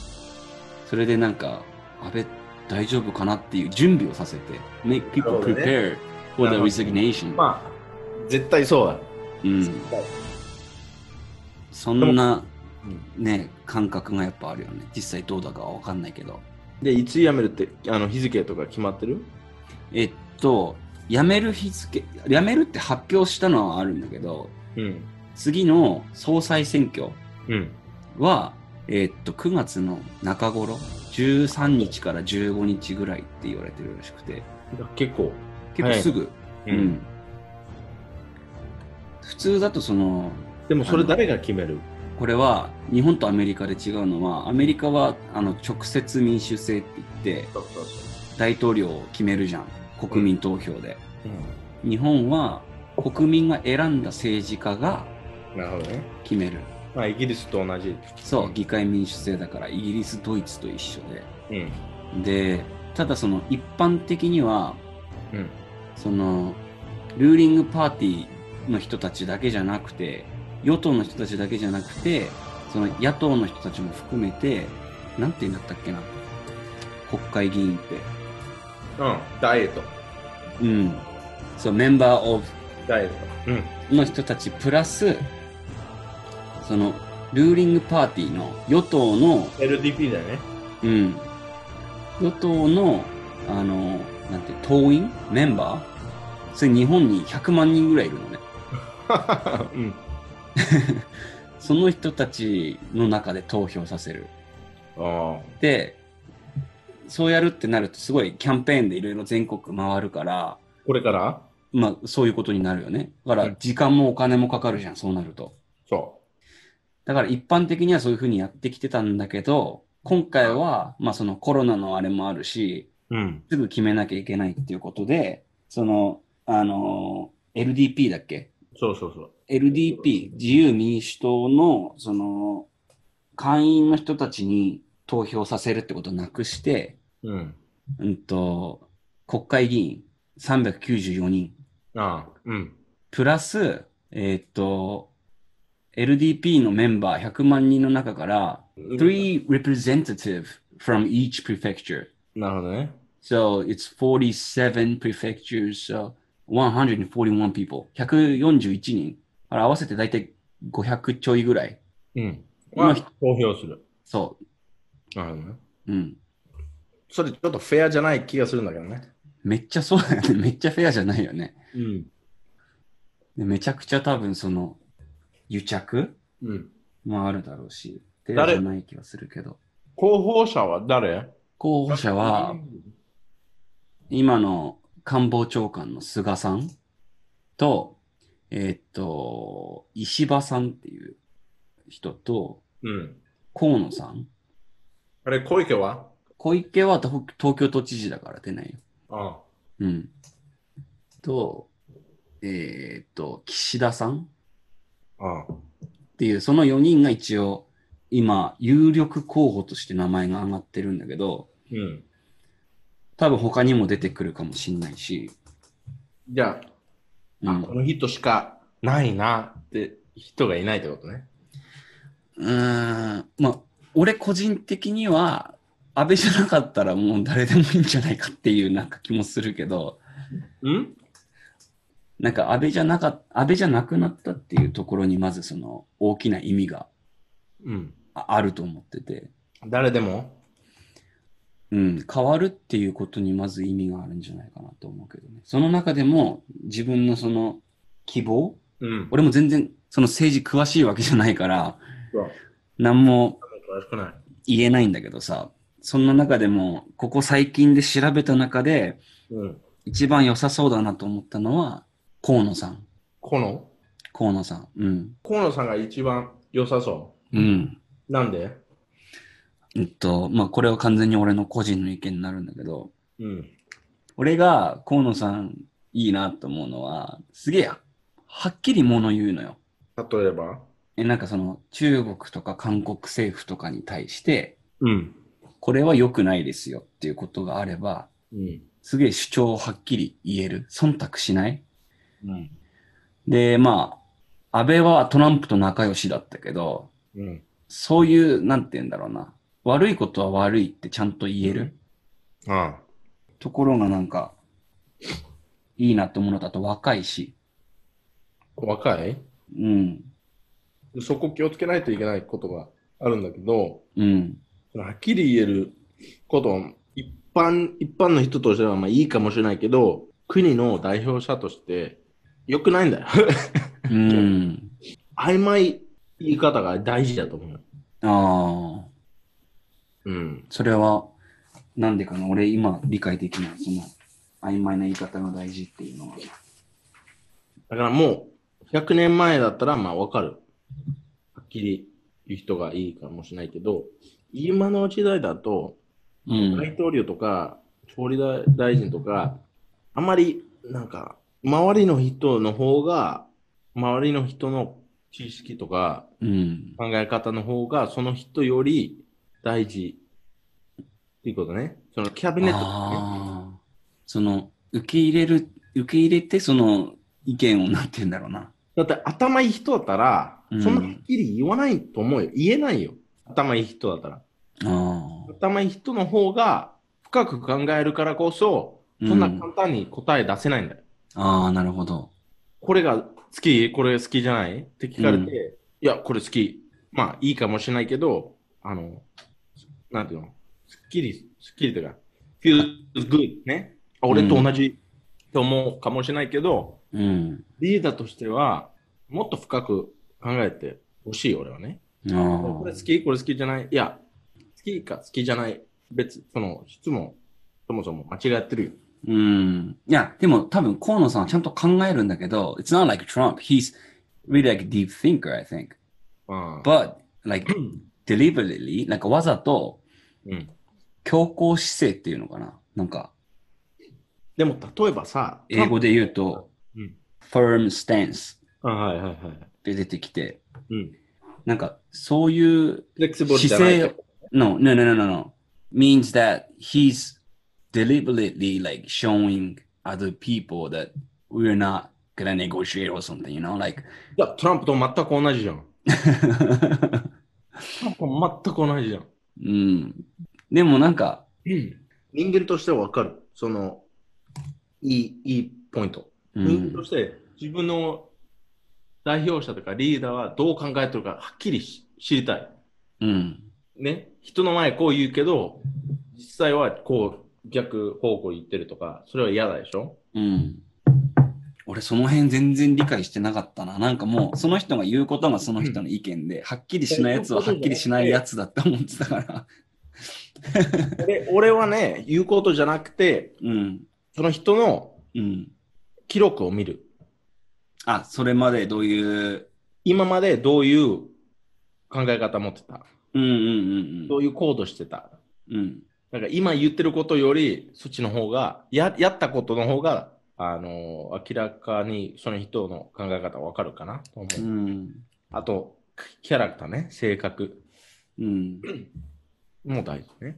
S2: それでなんか、安倍大丈夫かなっていう準備をさせて、make
S3: なる
S2: people
S3: ほど
S2: prepare for
S3: ね
S2: the
S3: なるほど
S2: resignation、
S3: まあ、絶対そうだ。
S2: うん。
S3: 対
S2: そんな
S3: うん
S2: ね、感覚がやっぱあるよね。実際どうだかはわかんないけど。
S3: で、いつ辞めるって、あの日付とか決まってる
S2: えっと、辞める日付、辞めるって発表したのはあるんだけど、
S3: うん。
S2: 次の総裁選挙、
S3: うん。
S2: は、えーっと、9月の中頃、13日から15日ぐらいって言われてるらしくて、
S3: 結構。
S2: 結構すぐ、
S3: う
S2: うん。普通だとその、
S3: でもそれ誰が決める
S2: これは日本とアメリカで違うのは、アメリカはあの直接民主制って言って、
S3: そうそうそ
S2: 大統領を決めるじゃん、国民投票で。日本は国民が選んだ政治家が
S3: うん。なるほどね。
S2: 決める。
S3: まあ、イギリスと同じ。
S2: そう、議会民主制だから、イギリス、ドイツと一緒で。
S3: うん。
S2: でただその一般的には
S3: うん。
S2: そのルーリングパーティーの人たちだけじゃなくて与党の人たちだけじゃなくてその野党の人たちも含めてなんて言うんだったっけな国会議員って
S3: うん。ダイエット。
S2: うんそうメンバーオ
S3: ダイエット。うん。
S2: ブの人たちプラスそのルーリングパーティーの与党の
S3: LDP だよ ね。
S2: うん与党の、あの、なんて、党員メンバーそれ日本に100万人ぐらいいるのね。
S3: うん。
S2: その人たちの中で投票させる。
S3: あ
S2: で、そうやるってなるとすごいキャンペーンでいろいろ全国回るから、
S3: あ。これから
S2: まあそういうことになるよね。だか
S3: う
S2: ら
S3: ん
S2: 時間もお金もかかるじゃん、そうなると。
S3: そ
S2: だから一般的にはそういうふうにやってきてたんだけど、今回は、まあそのコロナのあれもあるし、
S3: う。うん。
S2: すぐ決めなきゃいけないっていうことで、その、あの、LDP だっけ
S3: そうそうそう。
S2: ?LDP、自由民主党の、その、会員の人たちに投票させるってことをなくして、
S3: うん。
S2: うんと、国会議員394人、
S3: ああ。うん。
S2: プラス、えーっと、LDP のメンバー100万人の中から、3 representative from each prefecture
S3: なるほどね。
S2: So it's 47 prefectures, so 141 people. 141人。あれ合わせて大体500ちょいぐらい。
S3: うん。
S2: まあ
S3: 投票する。
S2: そ
S3: なるほどね。
S2: う。うん。
S3: それちょっとフェアじゃない気がするんだけどね。
S2: めっちゃそうだよね。 めっちゃフェアじゃないよね。
S3: うん。
S2: でめちゃくちゃ多分その、癒着
S3: うん。
S2: もあるだろうし、フェア
S3: 誰
S2: じゃない気がするけど。
S3: 候補者は誰
S2: 候補者は、今の官房長官の菅さんと、えーっと、石破さんっていう人と、
S3: うん。
S2: 河野さん
S3: あれ、小池は
S2: 小池は東東京都知事だから出ないよ。
S3: あ
S2: うん。と、えーっと、岸田さんっ
S3: あ。ああ。
S2: ていう、その4人が一応、今、有力候補として名前が上がってるんだけど、
S3: うん。
S2: 多分他にも出てくるかもしんないし、
S3: じゃ
S2: う
S3: あ、あ
S2: ん
S3: この人しかないなって人がいないってことね。
S2: うーん、まあ、俺個人的には、安倍じゃなかったらもう誰でもいいんじゃないかっていうなんか気もするけど、
S3: うん
S2: なんか安倍じゃなか、安倍じゃなくなったっていうところにまずその大きな意味が
S3: うん。
S2: ああると思ってて、
S3: 誰でも
S2: うん、変わるっていうことにまず意味があるんじゃないかなと思うけどね。その中でも自分のその希望
S3: うん。
S2: 俺も全然その政治詳しいわけじゃないから、
S3: そう
S2: 何も
S3: 詳しくない。
S2: 言えないんだけどさ、そんな中でも、ここ最近で調べた中で、
S3: うん。
S2: 一番良さそうだなと思ったのは、河野さん。
S3: 河野
S2: 河野さん。うん。
S3: 河野さんが一番良さそ
S2: うん。
S3: う。なんで
S2: えっと、まあ、これは完全に俺の個人の意見になるんだけど、
S3: うん。
S2: 俺が河野さんいいなと思うのは、すげえ、はっきり物言うのよ。
S3: 例えば
S2: え、なんかその、中国とか韓国政府とかに対して、
S3: うん。
S2: これは良くないですよっていうことがあれば、
S3: うん。
S2: すげえ主張をはっきり言える。忖度しない
S3: うん。
S2: で、まあ、安倍はトランプと仲良しだったけど、
S3: うん。
S2: そういう、なんて言うんだろうな。悪いことは悪いってちゃんと言える
S3: ああ。
S2: ところがなんか、いいなって思うのだと若いし、
S3: 若い
S2: うん、
S3: そこ気をつけないといけないことがあるんだけど、
S2: うん、
S3: はっきり言えることは一般、一般の人としてはまあいいかもしれないけど、国の代表者として良くないんだよ。
S2: うん、
S3: 曖昧言い方が大事だと思う。
S2: ああ、
S3: うん。
S2: それは、なんでかな、俺今理解できない、その、曖昧な言い方が大事っていうのは。
S3: だからもう、100年前だったらまあわかる。はっきり言う人がいいかもしれないけど、今の時代だと、
S2: う
S3: 大
S2: ん、
S3: 統領とか、総理大大臣とか、あまり、なんか、周りの人の方が、周りの人の知識とか、
S2: うん、
S3: 考え方の方が、その人より大事っていうことね。そのキャビネットとかね、
S2: ああ、その、受け入れる、受け入れて、その、意見をなんて言うんだろうな。
S3: だって頭いい人だったら、
S2: うん
S3: そんなはっきり言わないと思うよ。言えないよ。頭いい人だったら。
S2: ああ。
S3: 頭いい人の方が深く考えるからこそ、そんな簡単に答え出せないんだよ。
S2: ああ、なるほど。
S3: これが好きこれ好きじゃないって聞かれて、いや、これ好き。まあ、いいかもしれないけど、あの、なんていうのすっきり、すっきりというか、feels good ね。あ俺と同じと思うかもしれないけど、
S2: うん。
S3: リーダーとしては、もっと深く考えてほしい、俺はね。
S2: あ
S3: これ好
S2: あ。
S3: きこれ好きじゃないいや、好きか好きじゃない。別、その質問、そもそも間違ってるよ。
S2: うん。いや、でも多分河野さんはちゃんと考えるんだけど、It's not like Trump. He's really like a deep thinker, I think.
S3: うん。
S2: But, like, deliberately, なんかわざと
S3: うん、
S2: 強硬姿勢っていうのかな。なんか、
S3: でも、例えばさ、
S2: 英語で言うと、
S3: うん。
S2: firm stance
S3: あはいはいはい。
S2: って出てきて、
S3: うん。
S2: なんか、そういう
S3: フレキシブルじゃ
S2: 姿
S3: ない
S2: 勢
S3: と
S2: を、no, no, no, no, no, no. means that he's deliberately like showing other people that we're not gonna negotiate or something, you know, like,
S3: いや、トランプと全く同じじゃん。トランプと全く同じじゃん。
S2: うん。でもなんか、
S3: 人間としてはわかる。その、いい、いいポイント。
S2: う
S3: 人
S2: ん
S3: 間と、して自分の代表者とかリーダーはどう考えてるかはっきりし知りたい。
S2: うん、
S3: ね。人の前こう言うけど、実際はこう逆方向言ってるとか、それは嫌だでしょ
S2: うん。俺その辺全然理解してなかったな。なんかもう、その人が言うことがその人の意見で、はっきりしないやつははっきりしないやつだって思ってたから。
S3: 俺俺はね、言うことじゃなくて、
S2: うん、
S3: その人の
S2: うん。
S3: 記録を見る。
S2: あ、それまでどういう、
S3: 今までどういう考え方持ってた
S2: うんうんうん
S3: どういう行動してた
S2: うん。うん
S3: なんか今言ってることより、そっちの方が、ややったことの方が、あのー明らかにその人の考え方わかるかなと思う。
S2: うん。
S3: あと、キャラクターね、性格
S2: うん。
S3: も大事ね。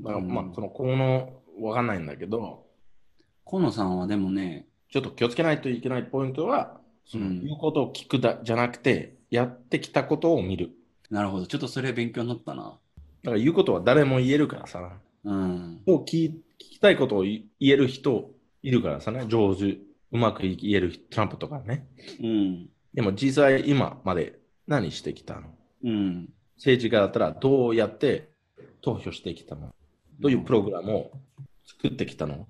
S3: だから
S2: うん
S3: まあ、その、この、わかんないんだけど、
S2: 河野さんはでもね、
S3: ちょっと気をつけないといけないポイントは、その
S2: うん
S3: 言うことを聞くだじゃなくて、やってきたことを見る。
S2: なるほど。ちょっとそれ勉強になったな。
S3: だから言うことは誰も言えるからさ。
S2: うん。
S3: もう聞き聞きたいことを言える人いるからさね、上手、うまく言える人トランプとかね。
S2: うん。
S3: でも実際今まで何してきたの
S2: うん。
S3: 政治家だったらどうやって投票してきたのどういうプログラムを作ってきたの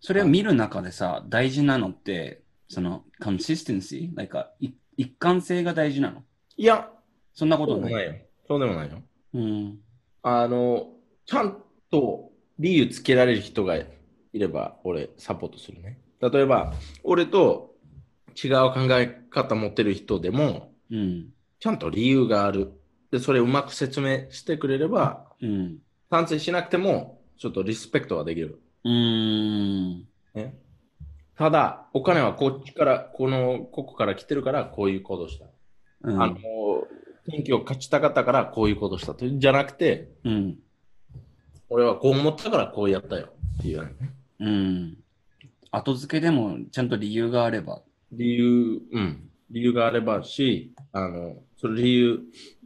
S2: それを見る中でさ、大事なのって、その、consistency? なんか、い一貫性が大事なの
S3: いや、
S2: そんなこ
S3: そ
S2: と
S3: うでも
S2: ない。
S3: ないよ。そうでもないよ。
S2: うん。
S3: あの、ちゃんと理由つけられる人がいれば、俺、サポートするね。例えば、俺と違う考え方持ってる人でも、
S2: うん。
S3: ちゃんと理由がある。で、それをうまく説明してくれれば、
S2: うん。
S3: 賛成しなくても、ちょっとリスペクトはできる。
S2: うーん。
S3: ね、ただ、お金はこっちから、この、ここから来てるから、こういうことした。
S2: うん
S3: あの、選挙を勝ちたかったから、こういうことしたというんじゃなくて、
S2: うん。
S3: 俺はこう思ったから、こうやったよ。っていうね。
S2: うん。後付けでもちゃんと理由があれば。
S3: 理由、うん。理由があればし、あの、その理由、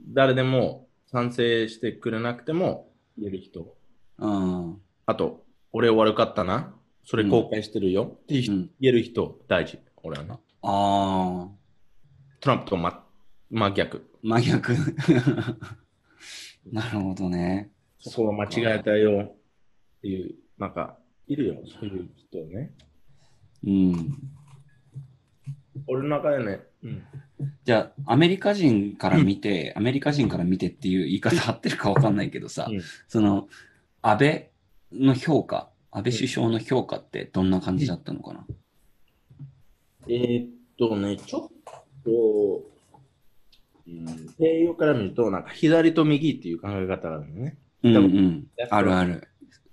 S3: 誰でも賛成してくれなくても言える人。
S2: うん。
S3: あと、俺悪かったな。それ後悔してるよ。っていう
S2: う
S3: 人
S2: ん、
S3: 言える人、大事。俺はね。
S2: ああ、
S3: トランプと真真逆。
S2: 真逆。 なるほどね。
S3: そこは間違えたよ。っていう、なんか、いるよ。そういう人ね。
S2: うん。
S3: 俺の中でね。うん。
S2: じゃあ、アメリカ人から見て、アメリカ人から見てっていう言い方合ってるかわかんないけどさ、
S3: うん
S2: その、安倍の評価、安倍首相の評価ってどんな感じだったのかな。
S3: えーっとね、ちょっと、うん、栄養から見ると、なんか左と右っていう考え方があるのね。
S2: うんうん
S3: だ。から
S2: あるある。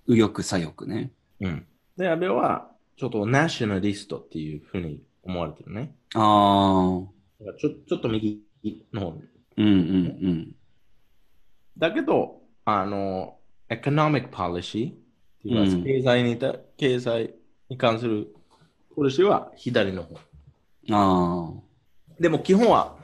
S2: 右翼左翼ね。
S3: うん。で、安倍は、ちょっとナショナリストっていうふうに思われてるね。
S2: ああ、
S3: だからちょちょっと右の方に
S2: うんうん
S3: だけど、あの、エコノミックパリシーっていうか、
S2: うん
S3: 経済にた、経済に関するポリシーは左の方。
S2: うん。ああ、
S3: でも基本は、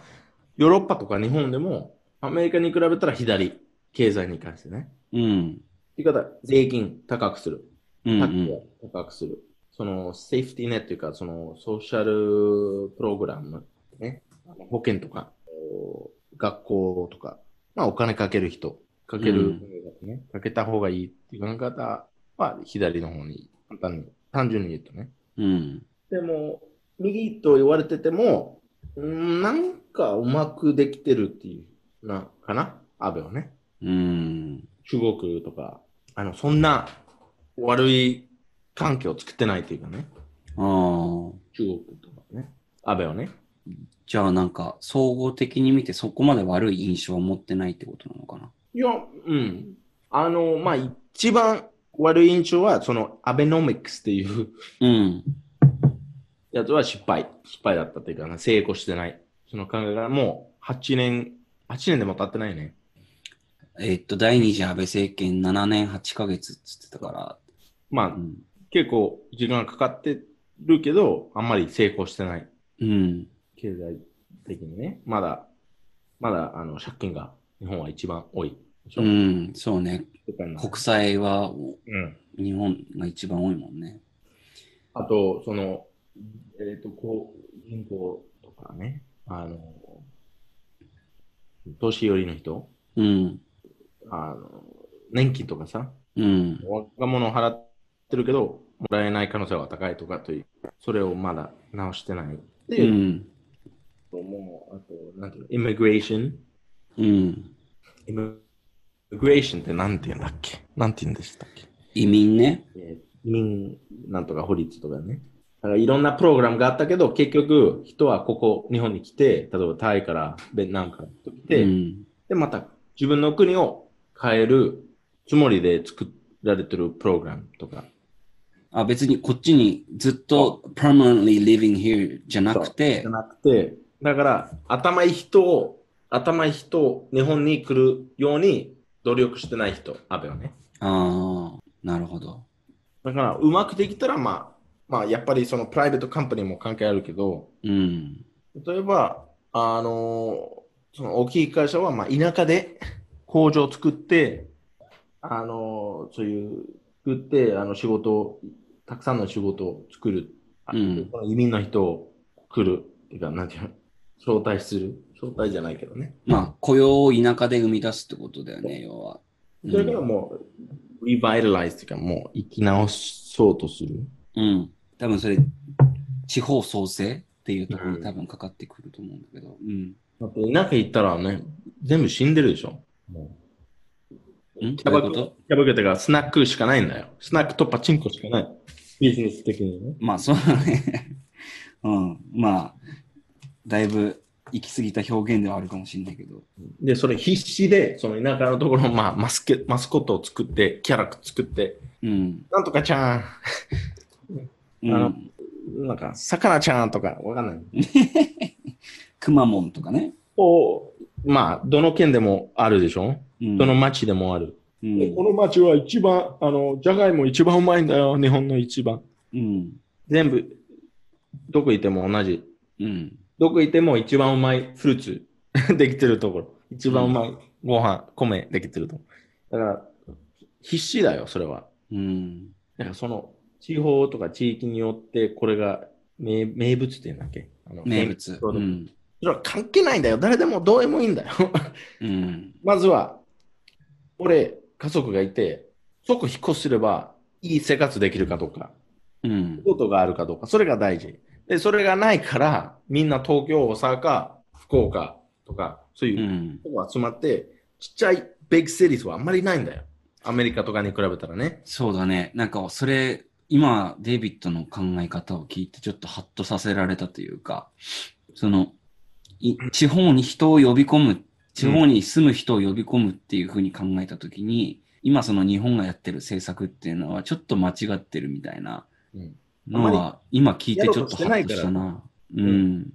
S3: ヨーロッパとか日本でも、アメリカに比べたら左、経済に関してね。
S2: うん。
S3: っていう方、税金高くする。
S2: うん、う
S3: タック
S2: ん。
S3: を高くする。その、セーフティーネットというか、その、ソーシャルプログラム、ね。あの保険とか、お学校とか、まあ、お金かける人、かけ
S2: う
S3: る
S2: ん、
S3: ねかけた方がいいっていう考え方は、左の方に、簡単に、単純に言うとね。
S2: うん。
S3: でも、右と言われてても、うんなんかうまくできてるっていう、な、かな安倍はね。
S2: うん。
S3: 中国とか、あの、そんな悪い環境を作ってないというかね。
S2: ああ。
S3: 中国とかね。安倍はね。
S2: じゃあなんか総合的に見てそこまで悪い印象を持ってないってことなのかな。
S3: いや、うん。あの、まあ、一番悪い印象は、その、アベノミクスっていう
S2: うん。
S3: やつは失敗。失敗だったというかな、成功してない。その考えがもう8年、8年でも経ってないね。
S2: えっと、第二次安倍政権7年8ヶ月っつってたか
S3: ま
S2: ら。う
S3: あ、
S2: ん。
S3: 結構時間がかかってるけど、あんまり成功してない。
S2: うん。
S3: 経済的にね、まだ、まだあの借金が日本は一番多い。
S2: うん、そうね。
S3: 世界の
S2: 国債は
S3: うん、
S2: 日本が一番多いもんね。
S3: あと、その、えっ、と、こう、銀行とかね、あの、年寄りの人、
S2: うん。
S3: あの、年金とかさ、
S2: うん。
S3: 若者を払ってるけど、もらえない可能性は高いとかという、それをまだ直してない。って
S2: う
S3: いう、
S2: ん。
S3: もう、あと、なんていうの、イミグレーション
S2: うん。
S3: イミグレーションってなんて言うんだっけなんて言うんでしたっけ
S2: 移民ね。
S3: えー移民なんとか法律とかね。だからいろんなプログラムがあったけど、結局、人はここ、日本に来て、例えばタイからベトナムから来て、
S2: うん。
S3: で、また自分の国を変えるつもりで作られてるプログラムとか。
S2: あ、別にこっちにずっと permanently living here じゃなくて
S3: じゃ、なくて、だから、頭いい人を、頭いい人を日本に来るように努力してない人、安倍はね。
S2: ああ、なるほど。
S3: だから、うまくできたら、まあ、まあ、やっぱりそのプライベートカンパニーも関係あるけど、
S2: うん。
S3: 例えば、あの、その大きい会社は、まあ、田舎で工場を作って、あの、そういう、作って、あの、仕事を、たくさんの仕事を作る。
S2: うん
S3: その移民の人を来る。っていうか、なんていうの招待する。招待じゃないけどね。
S2: まあ、雇用を田舎で生み出すってことだよね、要は。うん
S3: それからもう、リバイタライズっていうか、もう生き直そうとする。
S2: うん。多分それ、地方創生っていうところに多分かかってくると思うんだけど。うん。
S3: だって田舎行ったらね、全部死んでるでしょ。も
S2: うん、
S3: う
S2: どういうこと
S3: キャバクラとかスナックしかないんだよ。スナックとパチンコしかない。ビジネス的にね。
S2: まあ、そうだね。 うん。まあ、だいぶ行き過ぎた表現ではあるかもしれないけど。
S3: で、それ必死で、その田舎のところの、まあ、マスケマスコットを作って、キャラ作って、
S2: うん。
S3: なんとかちゃ
S2: う
S3: あの
S2: ん。
S3: ん、なんか、さかなちゃんとか、わかんない。
S2: くまモンとかね。
S3: を、まあ、どの県でもあるでしょ
S2: うん。
S3: どの町でもある。
S2: うん
S3: でこの町は一番、あの、じゃがいも一番うまいんだよ、日本の一番。
S2: うん。
S3: 全部、どこいても同じ。
S2: うん。
S3: どこいても一番うまいフルーツ できてるところ。一番うまいご飯、米できてるところ。だから、必死だよ、それは。
S2: うん。
S3: だからその、地方とか地域によって、これが名名物っていうんだっけあの
S2: 名物。
S3: そうれ
S2: ん。
S3: は関係ないんだよ。誰でもどうでもいいんだよ。
S2: うん。
S3: まずは、俺、家族がいて、即引っ越しすれば、いい生活できるかどうか。
S2: うん。
S3: ことがあるかどうか、それが大事。で、それがないから、みんな東京、大阪、福岡とか、そう
S2: う。
S3: いうんとこ集まって、ちっちゃいビッグセリーズはあんまりないんだよ。アメリカとかに比べたらね。
S2: そうだね。なんか、それ、今、デイビッドの考え方を聞いて、ちょっとハッとさせられたというか、その、い地方に人を呼び込む、地方に住む人を呼び込むっていうふうに考えたときに、今その日本がやってる政策っていうのはちょっと間違ってるみたいな
S3: うん
S2: のは、今聞いてちょっとハッと
S3: やろうとし
S2: してた
S3: な
S2: な。うん。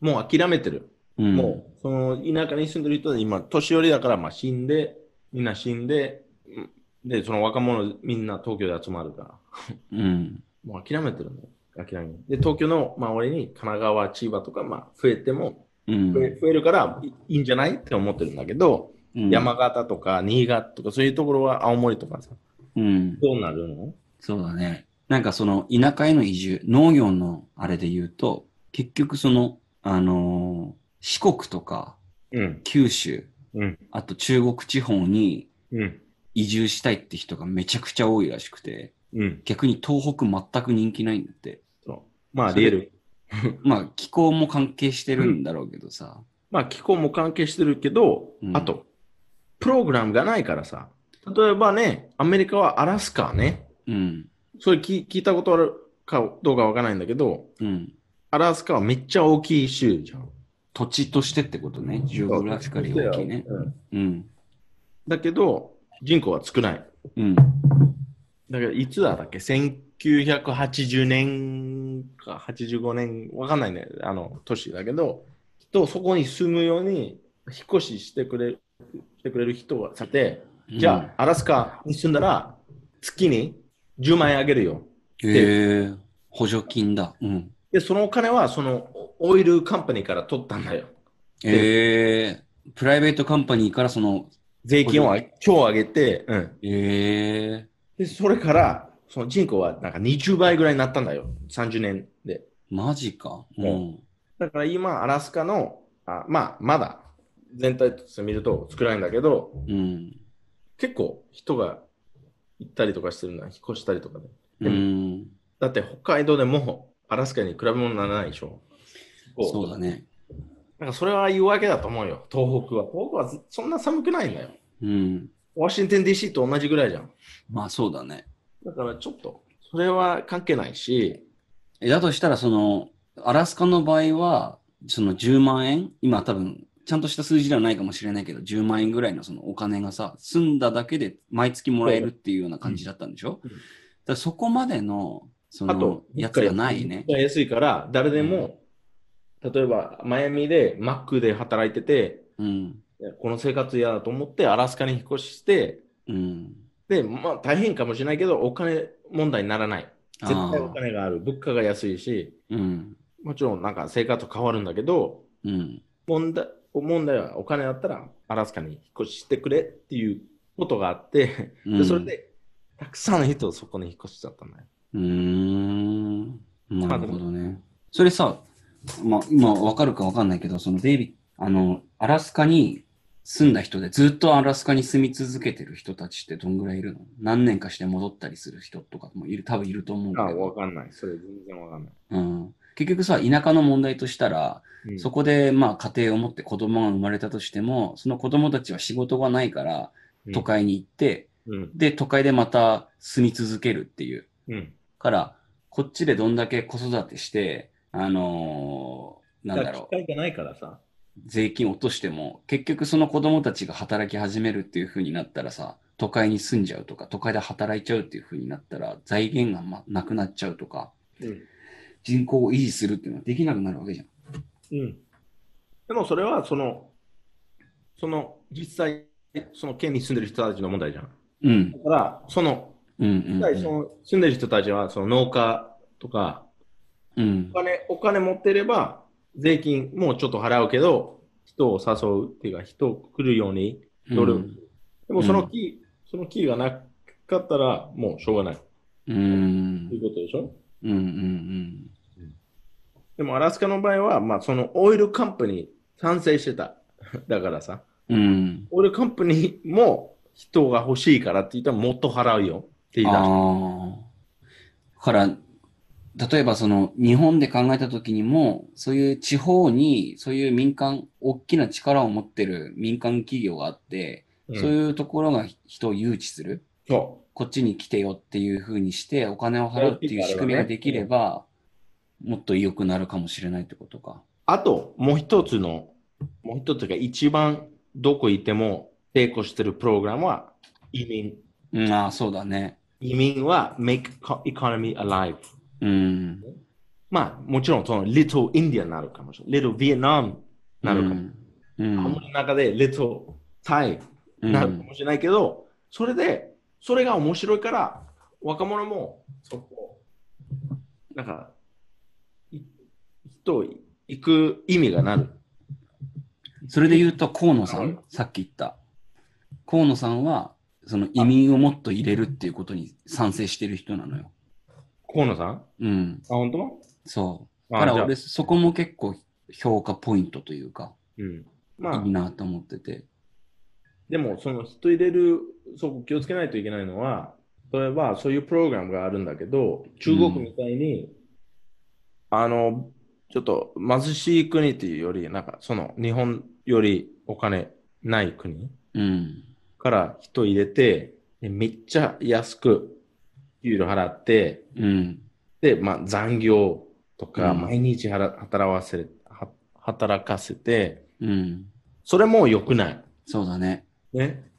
S3: もう諦めてる。
S2: うん。
S3: もう、その田舎に住んでる人で今、年寄りだから、まあ死んで、みんな死んで、うんで、その若者みんな東京で集まるから、
S2: うん。
S3: もう諦めてるのよ。諦めで、東京の、まあ俺に神奈川、千葉とか、まあ増えても、
S2: うん。
S3: 増え増えるからいいいんじゃないって思ってるんだけど、
S2: うん
S3: 山形とか新潟とかそういうところは青森とかさ、
S2: うん。
S3: どうなるの
S2: そうだね。なんかその田舎への移住、農業のあれで言うと、結局その、あのー四国とか
S3: うん、
S2: 九州、
S3: うん、
S2: あと中国地方に
S3: うん、
S2: 移住したいって人がめちゃくちゃ多いらしくて、
S3: うん。
S2: 逆に東北全く人気ないんだって。
S3: そうまあ、リエル。
S2: まあ気候も関係してるんだろうけどさ。
S3: まあ、気候も関係してるけど、
S2: うん
S3: あと、プログラムがないからさ、例えばね、アメリカはアラスカね、
S2: うん。
S3: それ聞聞いたことあるかどうかわからないんだけど、
S2: うん。
S3: アラスカはめっちゃ大きい州じゃん。
S2: 土地としてってことね。ジオグラフィカリー大きいね。
S3: うん
S2: うん。
S3: だけど、人口は少ない。
S2: うん。
S3: だからいつだっけ ?1980 年か85年、わかんないね、あの、年だけど、きっとそこに住むように引っ越ししてくれるしてくれる人がさて、じゃあ、アラスカに住んだら、月に10万円あげるよ。
S2: うん、へえ、補助金だ。うん。
S3: で、そのお金は、その、オオイルカンパニーから取ったんだよ。
S2: ええプライベートカンパニーからその、
S3: 税金をあ超上げて、うん。
S2: ええ
S3: で、それから、その人口はなんか20倍ぐらいになったんだよ。30年で。
S2: マジか。うん。
S3: だから今、アラスカの、あまあ、まだ全体として見ると少ないんだけど、
S2: うん。
S3: 結構人が行ったりとかしてるな、引っ越したりとかで。
S2: うん。
S3: だって北海道でもアラスカに比べ物にならないでしょ。
S2: そうだ
S3: ね。
S2: ね。
S3: だからそれは言うわけだと思うよ、東北は。東北はずそんな寒くないんだよ。
S2: うん。
S3: ワシントン DC と同じぐらいじゃん。
S2: まあそうだね。
S3: だからちょっと、それは関係ないし、
S2: えだとしたら、その、アラスカの場合は、その10万円、今多分、ちゃんとした数字ではないかもしれないけど、10万円ぐらいのそのお金がさ、住んだだけで毎月もらえるっていうような感じだったんでしょ、
S3: うん
S2: だからそこまでの、そ
S3: あと
S2: の、、やつがないね。
S3: 安いから、誰でも、例えばマイアミでマックで働いてて、
S2: うん。
S3: この生活嫌だと思って、アラスカに引っ越しして、
S2: うん。
S3: で、まあ大変かもしれないけど、お金問題にならない。絶
S2: あ
S3: 対
S2: ー
S3: お金がある。物価が安いし、
S2: うん。
S3: もちろんなんか生活変わるんだけど、
S2: うん。
S3: 問題、問題はお金あったらアラスカに引っ越ししてくれっていうことがあって、
S2: う
S3: で
S2: ん
S3: それでたくさんの人をそこに引っ越しちゃったんだよ。
S2: うーん。なるほどね。それさ、まあ、今わかるかわかんないけど、そのデイビあの、アラスカに住んだ人で、ずっとアラスカに住み続けてる人たちってどんぐらいいるの何年かして戻ったりする人とかもいる、多分いると思うけ
S3: あ、
S2: ど。
S3: わかんない。それ全然わかんない。
S2: うん、結局さ、田舎の問題としたら、
S3: うん
S2: そこでまあ家庭を持って子供が生まれたとしても、その子供たちは仕事がないから、都。会に行って、
S3: うん。
S2: で、都会でまた住み続けるっていう。
S3: うん。
S2: から、こっちでどんだけ子育てして、あのーなんだろう、
S3: 機会がないからさ。
S2: 税金落としても、結局その子供たちが働き始めるっていう風になったらさ、都会に住んじゃうとか、都会で働いちゃうっていう風になったら、財源が、ま、なくなっちゃうとか、
S3: うん。
S2: 人口を維持するっていうのはできなくなるわけじゃん。
S3: うん。でもそれはその、その実際、その県に住んでる人たちの問題じゃん。
S2: うん
S3: だ。から、その、
S2: うんうん、
S3: 実際その住んでる人たちはその農家とか、
S2: うん。うん
S3: お。金、お金持ってれば、税金もうちょっと払うけど、人を誘うっていうか、人を来るように努力。でもそのキー、そのキーがなかったら、もうしょうがない。
S2: うん。うん
S3: という。ことでしょ
S2: うん。うん。
S3: でもアラスカの場合は、まあそのオイルカンパニー賛成してた。だからさ。
S2: うん。
S3: オイルカンパニーも人が欲しいからって言ったらもっと払うよって言い出した。
S2: ああ。から、例えばその日本で考えた時にも、そういう地方に、そういう民間、大きな力を持ってる民間企業があって、
S3: うん
S2: そういうところが人を誘致する。
S3: そ
S2: こっちに来てよっていう風にして、お金を払うっていう仕組みができれば、もっと良くなるかもしれないってことか。
S3: う。あと、もう一つの、もう一つが一番どこ行っても成功してるプログラムは移民。
S2: うん、ああ、そうだね。
S3: 移民は Make Co- Economy Alive。
S2: うん。
S3: まあ、もちろんその Little India になるかもしれない。Little Vietnam になるかもしれな
S2: う
S3: い。
S2: ん。
S3: あんまり中で Little Thai
S2: うん。
S3: なるかもしれないけど、それで、それが面白いから、若者も、そこ、なんか、い人行く意味がなる。
S2: それで言うと河野さ
S3: うん
S2: ん、さっき言った。河野さんは、その移民をもっと入れるっていうことに賛成してる人なのよ。
S3: 河野さんあ、
S2: うん、
S3: 本当
S2: そう。だ
S3: あ
S2: から
S3: じゃあ
S2: 俺、そこも結構評価ポイントというか、
S3: うん。まあ
S2: いい、なと思ってて。
S3: でも、その人入れる、そこ気をつけないといけないのは、例えば、そういうプログラムがあるんだけど、中国みたいに、あの、ちょっと貧しい国っていうより、なんか、その、日本よりお金ない国
S2: うん。
S3: から人入れて、でめっちゃ安く給料払って、
S2: うん。
S3: で、まあ、残業とか、
S2: うん
S3: 毎日はら働わせは働かせて、
S2: うん。
S3: それも良くない。
S2: そうだね。
S3: ね。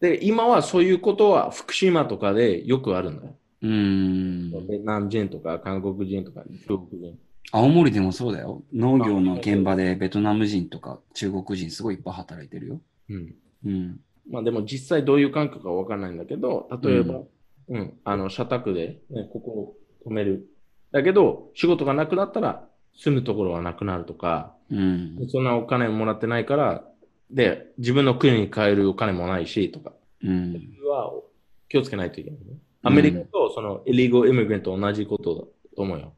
S3: で、今はそういうことは福島とかでよくあるのよ。
S2: うん。
S3: ベトナム人とか韓国人とか中国人。
S2: 青森でもそうだよ。農業の現場でベトナム人とか中国人すごいいっぱい働いてるよ。
S3: うん。
S2: うん。
S3: まあでも実際どういう感覚かわかんないんだけど、例えば、うん、あの、社宅で、ね、ここを止める。だけど、仕事がなくなったら住むところはなくなるとか、
S2: うん。
S3: そんなお金もらってないから、で、自分の国に帰るお金もないし、とか。
S2: うん。
S3: は気をつけないといけないね。アメリカとその、イリーゴイミグレントと同じことだと思うよ。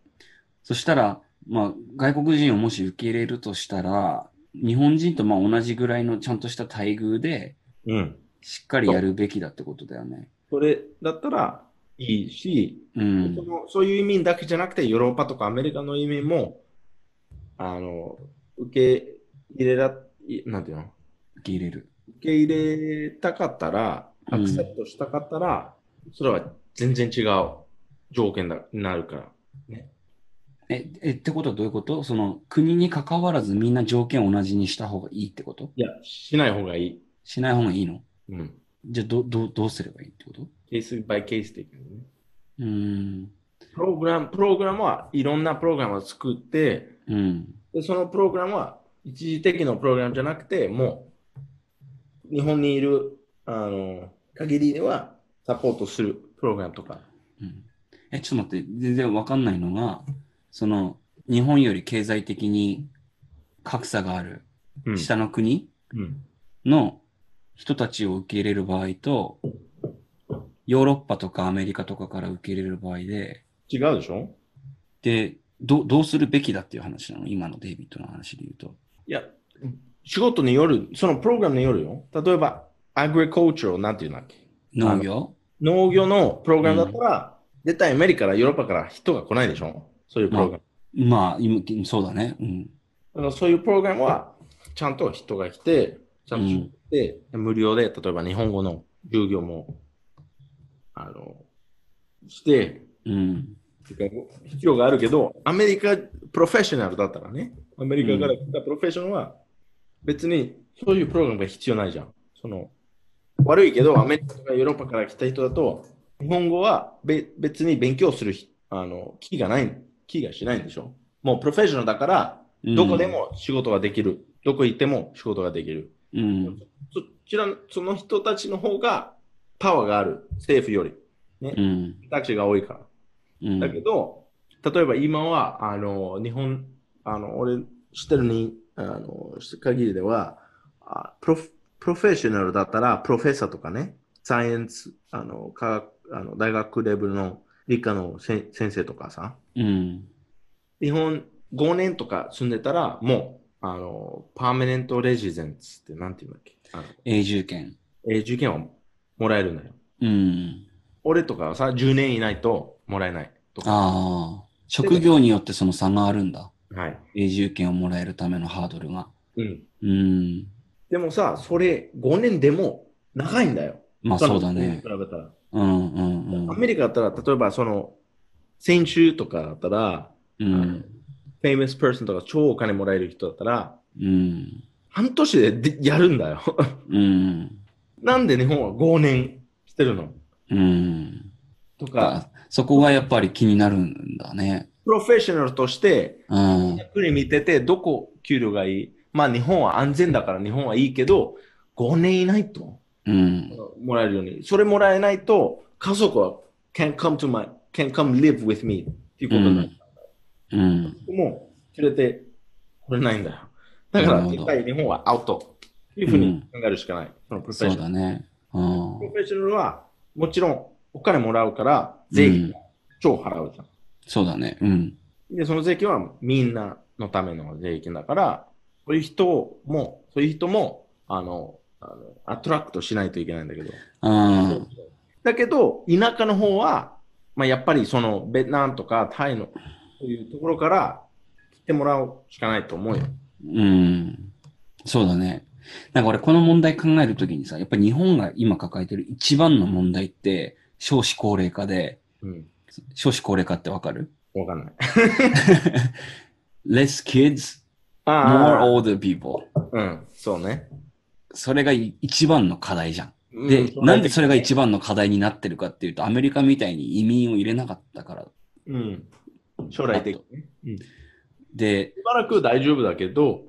S2: そしたら、まあ、外国人をもし受け入れるとしたら、日本人とまあ同じぐらいのちゃんとした待遇で、
S3: うん。
S2: しっかりやるべきだってことだよね。
S3: それだったらいいし、
S2: うん
S3: そ。のそういう移民だけじゃなくて、ヨーロッパとかアメリカの移民も、あの、受け入れら、いなんていうの
S2: 受け入れる。
S3: 受け入れたかったら、
S2: う
S3: ア
S2: ん
S3: クセプトしたかったら、それは全然違う条件だになるから。
S2: え、え、ってことはどういうことその、国に関わらずみんな条件を同じにした方がいいってこと
S3: いや、しない方がいい。
S2: しない方がいいの
S3: うん。
S2: じゃあ、ど、ど、どうすればいいってこと
S3: ケースバイケースでいくよね。
S2: うん。
S3: プログラム、プログラムはいろんなプログラムを作って、
S2: うん。
S3: で、そのプログラムは一時的のプログラムじゃなくて、もう日本にいるあの限りではサポートするプログラムとか。
S2: うんえ、ちょっと待って、全然わかんないのが、その、日本より経済的に格差がある
S3: うん
S2: 下の国
S3: うん。
S2: の人たちを受け入れる場合と、ヨーロッパとかアメリカとかから受け入れる場合で、
S3: 違うでしょ
S2: で、どどうするべきだっていう話なの今のデイビッドの話で言うと。
S3: いや、仕事による、そのプログラムによるよ。例えば、アグリコーチュラルなんていうんだっけ
S2: 農業
S3: 農業のプログラムだったら、絶対アメリカからヨーロッパから人が来ないでしょそういうプログラム。
S2: まあ、今そうだね。うん。
S3: だからそういうプログラムは、ちゃんと人が来て、ちゃんと仕事で、無料で、例えば日本語の授業も、あの、して、
S2: うん。
S3: 必要があるけど、アメリカプロフェッショナルだったらね、アメリカから来たプロフェッショナルは、別にそういうプログラムが必要ないじゃん。その悪いけど、アメリカとかヨーロッパから来た人だと、日本語はべ別に勉強するひあの気がない、気がしないんでしょ。もうプロフェッショナルだから、どこでも仕事ができる。どこ行っても仕事ができる。
S2: うん。
S3: そちら、その人たちの方がパワーがある。政府より。
S2: うん。
S3: タクシーが多いから。
S2: うん。
S3: だけど、例えば今は、あの、日本、あの、俺知ってるに、あの、知ってる限りでは、あプロフプロフェッショナルだったら、プロフェッサーとかね、サイエンス、あの、科学、あの、大学レベルの理科のせん先生とかさ、
S2: うん。
S3: 日本5年とか住んでたら、もう、あの、パーメネントレジデンスってなんて言うんだっけあの、
S2: 永住権。
S3: 永住権はもらえるんだよ。
S2: うん。
S3: 俺とかはさ、10年いないともらえないとか。
S2: ああ。職業によってその差があるんだ。
S3: はい。
S2: 永住権をもらえるためのハードルが。
S3: うん。
S2: うん。
S3: でもさ、それ5年でも長いんだよ。
S2: まあそうだね
S3: 他。の国に比べたら。
S2: うんうん
S3: アメリカだったら、例えばその、先週とかだったら、
S2: う
S3: あ
S2: ん
S3: の。フェイマスパーソンとか超お金もらえる人だったら、
S2: うん。
S3: 半年ででやるんだよ。
S2: うん。
S3: なんで日本は5年してるの
S2: うん。
S3: とか、
S2: そこがやっぱり気になるんだね。
S3: プロフェッショナルとして、
S2: うん。
S3: 国見てて、どこ給料がいいまあ日本は安全だから日本はいいけど、5年いないと。
S2: うん。
S3: もらえるように。それもらえないと、家族は can come to my, can come live with me っていうこ
S2: う
S3: とになる
S2: ん。うん。
S3: もう連れてこれないんだよ。だ
S2: な
S3: か
S2: る
S3: ら、
S2: ほど
S3: 絶対日本はアウトっていうふうに考えるしかない。そのプロフェッ
S2: そ
S3: シ
S2: うだ
S3: ョナル。
S2: ね。う
S3: プロ
S2: ん。
S3: フェッショナルは、もちろんお金もらうから、税金超払うじゃん。
S2: そうだね。うん。
S3: で、その税金はみんなのための税金だから、そういう人をも、そういう人も、あの、あのアトラクトしないといけないんだけど。
S2: うん。
S3: だけど、田舎の方は、まあ、やっぱりそのベトナムとかタイのそういうところから来てもらうしかないと思うよ。
S2: うん。そうだね。なんか俺この問題考えるときにさ、やっぱり日本が今抱えてる一番の問題って少子高齢化で、
S3: うん。
S2: 少子高齢化ってわかる
S3: わかんない。
S2: ?less kids,
S3: あ
S2: more
S3: あ、
S2: older people.
S3: うん、そうね。
S2: それが一番の課題じゃん。
S3: う
S2: で、
S3: ん
S2: なんでそれが一番の課題になってるかっていうと、アメリカみたいに移民を入れなかったから。
S3: うん。将来的にね。うんし
S2: で、
S3: ばらく大丈夫だけど、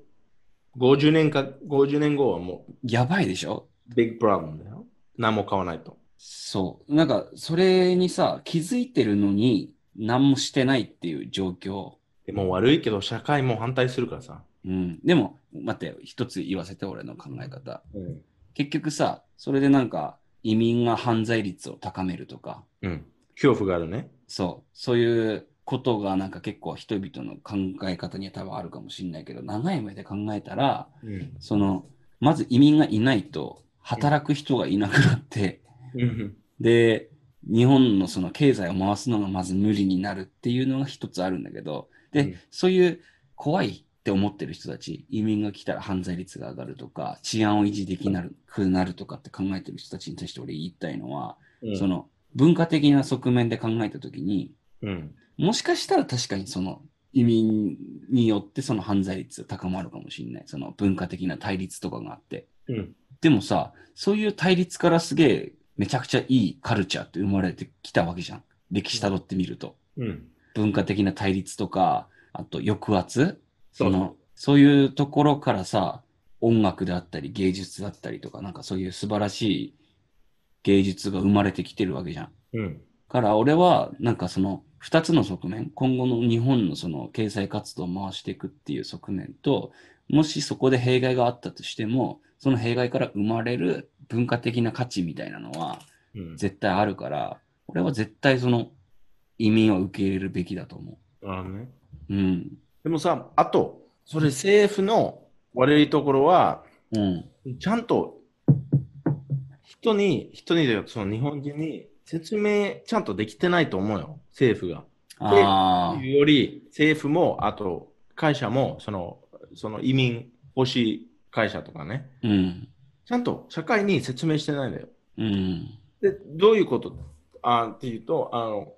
S3: 50年か、50年後はも
S2: やばいでしょ
S3: う、ビッグプラブムだよ。何も買わないと。
S2: そう。なんか、それにさ、気づいてるのに、何もしてないっていう状況。
S3: でも悪いけど、社会も反対するからさ。
S2: うん。でも、待ってよ、一つ言わせて、俺の考え方。
S3: うん。
S2: 結局さ、それでなんか、移民が犯罪率を高めるとか、
S3: うん。恐怖があるね。
S2: そう、そういうことがなんか結構人々の考え方には多分あるかもしれないけど、長い目で考えたら、
S3: うん。
S2: その、まず移民がいないと、働く人がいなくなって、
S3: うん。
S2: で、日本のその経済を回すのがまず無理になるっていうのが一つあるんだけど、で、
S3: うん
S2: そういう怖いって思ってる人たち、移民が来たら犯罪率が上がるとか、治安を維持できなくなるとかって考えてる人たちに対して俺言いたいのは、
S3: うん
S2: そ、の文化的な側面で考えたときに、
S3: うん。
S2: もしかしたら確かにその移民によってその犯罪率高まるかもしれない。その文化的な対立とかがあって。
S3: うん。
S2: でもさ、そういう対立からすげえめちゃくちゃいいカルチャーって生まれてきたわけじゃん。歴史辿ってみると。
S3: うん。
S2: 文化的な対立とか、あと抑圧
S3: そ
S2: そ
S3: う
S2: の、そういうところからさ、音楽であったり芸術だったりとか、なんかそういう素晴らしい芸術が生まれてきてるわけじゃん。
S3: うん。
S2: から俺はなんかその2つの側面今後の日本のその経済活動を回していくっていう側面ともしそこで弊害があったとしても、その弊害から生まれる文化的な価値みたいなのは
S3: うん
S2: 絶対あるから、俺は絶対その移民は受け入れるべきだと思
S3: なるほどね
S2: う。うん。
S3: でもさ、あと、それ政府の悪いところは、
S2: うん。
S3: ちゃんと人に、人にだよ、その日本人に説明ちゃんとできてないと思うよ、政府が。
S2: あ
S3: いうより、政府も、あと会社も、その、その移民欲しい会社とかね、
S2: あ。うん。
S3: ちゃんと社会に説明してないんだよ。
S2: うん。
S3: で、どういうことあっていうと、あの、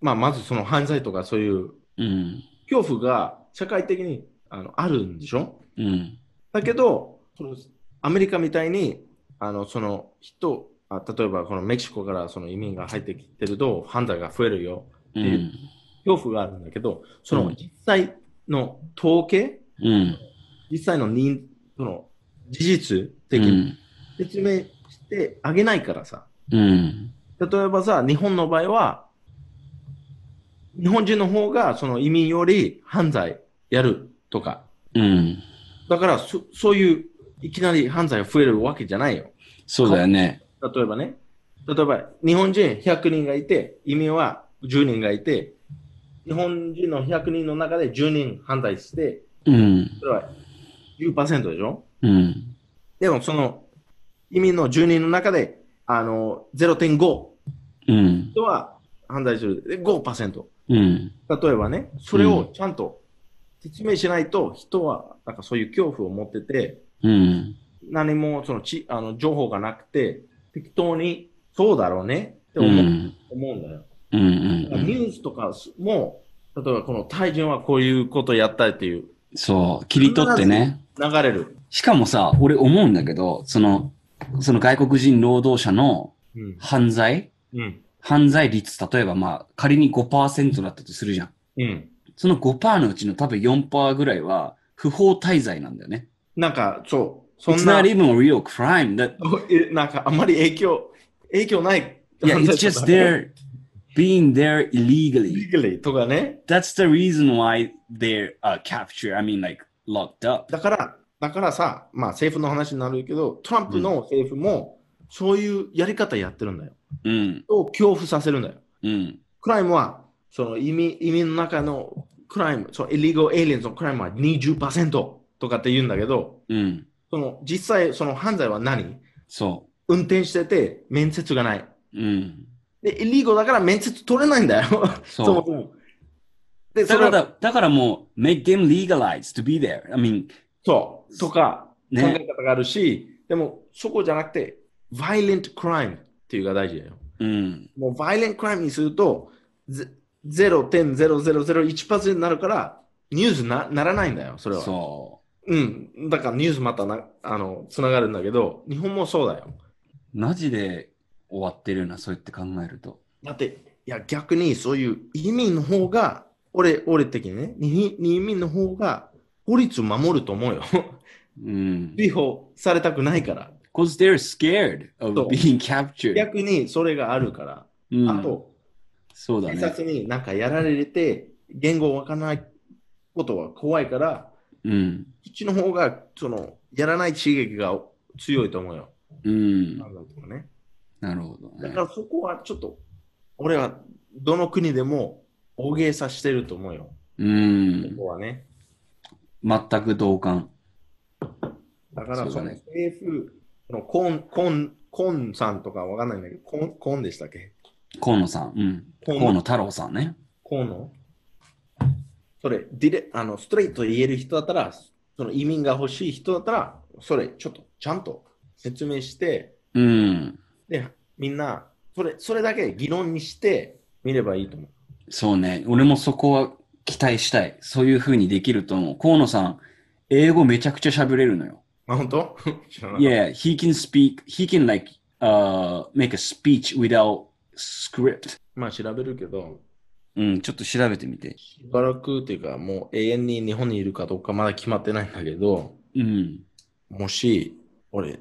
S3: まあ、まずその犯罪とかそういう
S2: うん。
S3: 恐怖が社会的にあのあるんでしょ
S2: うん。
S3: だけど、そのアメリカみたいに、あのその人あ、例えばこのメキシコからその移民が入ってきてると、犯罪が増えるよ、
S2: うん。
S3: 恐怖があるんだけど、そうの
S2: ん
S3: 実際の統計、
S2: うん。
S3: 実際の認その事実的
S2: う
S3: に
S2: ん。
S3: 説明してあげないからさ、
S2: うん。
S3: 例えばさ、日本の場合は、日本人の方がその移民より犯罪やるとか、
S2: うん。
S3: だからそそういういきなり犯罪が増えるわけじゃないよ。
S2: そうだよね。
S3: 例えばね、例えば日本人100人がいて、移民は10人がいて、日本人の100人の中で10人反対して、
S2: うん。
S3: それは10%でしょ
S2: うん。
S3: でもその移民の10人の中で、あの、0.5
S2: うん。
S3: 人は反対する。で、5%。
S2: うん。
S3: 例えばね、それをちゃんと説明しないと、人はなんかそういう恐怖を持ってて、
S2: うん。
S3: 何もそのちあの情報がなくて、適当にそうだろうねって
S2: う
S3: 思う,、
S2: ん。
S3: 思うんだよ。
S2: うん。うん。う
S3: ニ
S2: ん
S3: ュースとかも、例えばこのタイ人はこういうことやったっていう
S2: そう。切り取ってね。
S3: 流れる。
S2: しかもさ、俺思うんだけど、その、その外国人労働者の
S3: うん。
S2: 犯罪
S3: うん。
S2: 犯罪率、例えばまあ、仮に5%だったとするじゃん。
S3: うん。
S2: その5%のうちの多分4%ぐらいは、不法滞在なんだよね。
S3: なんか、そう。そん
S2: It's
S3: な
S2: not、even a real crime. That,
S3: えなんかあんまり影響、影響ない。
S2: yeah, it's just they're being there illegally.
S3: legally とかね。
S2: that's the reason why they're uh, captured. I mean, like locked up.
S3: だから、だからさ、まあ政府の話になるけど、トランプの政府も、そういうやり方やってるんだよ。
S2: うん、
S3: を恐怖させるんだよ。
S2: うん、
S3: クライムは、その移民移民の中のクライム、その illegal aliens のクライムは20%とかって言うんだけど、
S2: うん。
S3: その実際、その犯罪は何
S2: そ
S3: 運転してて面接がない。
S2: う。うん。
S3: で、イリーゴだから面接取れないんだよ。
S2: そ。
S3: そうもそも。で、
S2: だ
S3: そ
S2: か
S3: れは
S2: ら、だからもう、make them legalize to be there. I mean,
S3: そう、とか、考
S2: ね
S3: え方があるし、でもそこじゃなくて、violent crime っていうのが大事だよ。
S2: うん、
S3: もう violent crime にすると、ぜ0.0001%になるから、ニュースなならないんだよ、それは。
S2: そ
S3: うん、だからニュースまたなあのつながるんだけど、日本もそうだよ。
S2: う。マジで終わってるな、そうやって考えると。
S3: だって、いや逆にそういう移民の方が、俺俺的にね、にに移民の方が法律を守ると 思うよ。
S2: うん。
S3: 追放されたくないから。
S2: Cause they're scared
S3: そ
S2: of
S3: う
S2: being captured.
S3: 逆にそれがあるから。
S2: うん
S3: あと、
S2: そうだ
S3: 警
S2: ね。
S3: 察になんかやられて、言語わからないことは怖いから、
S2: うん。
S3: そっちの方がそのやらない刺激が強いと思うよ。
S2: うん。
S3: なんだとかね。
S2: なるほど
S3: だ
S2: ね
S3: か。らそこはちょっと、俺はどの国でも大げさしてると思うよ。
S2: うん
S3: そ。こはね。
S2: 全く同感。
S3: だから
S2: そ
S3: そう
S2: だ
S3: の
S2: ね
S3: 政府、そのコン、コン、コンさんとかわかんないんだけど、コン、コンでしたっけ
S2: 河野さん。うん。
S3: 河野
S2: 河野太郎さんね。
S3: コンのそれ、ディレ、あの、ストレート言える人だったら、その移民が欲しい人だったら、それ、ちょっと、ちゃんと説明して、
S2: うん。
S3: で、みんな、それ、それだけ議論にして、見ればいいと思う。
S2: そうね。俺もそこは期待したい。そういう風にできると思う。河野さん、英語めちゃくちゃ喋れるのよ。
S3: あ、本当 知らなかった
S2: Yeah, he can speak, he can like, uh, make a speech without script.
S3: まあ、調べるけど、
S2: うん、ちょっと調べてみて。
S3: しばらくっていうか、もう永遠に日本にいるかどうかまだ決まってないんだけど、
S2: うん、
S3: もし、俺、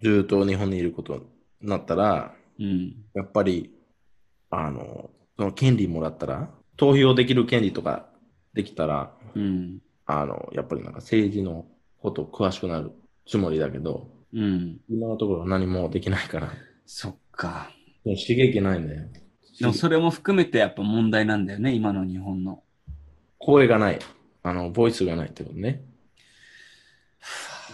S3: ずっと日本にいることになったら、
S2: うん、
S3: やっぱり、あの、その権利もらったら、投票できる権利とかできたら、
S2: うん、
S3: あの、やっぱりなんか政治のこと詳しくなるつもりだけど、
S2: うん。
S3: 今のところ何もできないから、
S2: そっか。
S3: もう刺激ないんだよ。
S2: でもそれも含めてやっぱ問題なんだよね、今の日本の。
S3: 声がない。あの、ボイスがないってことね。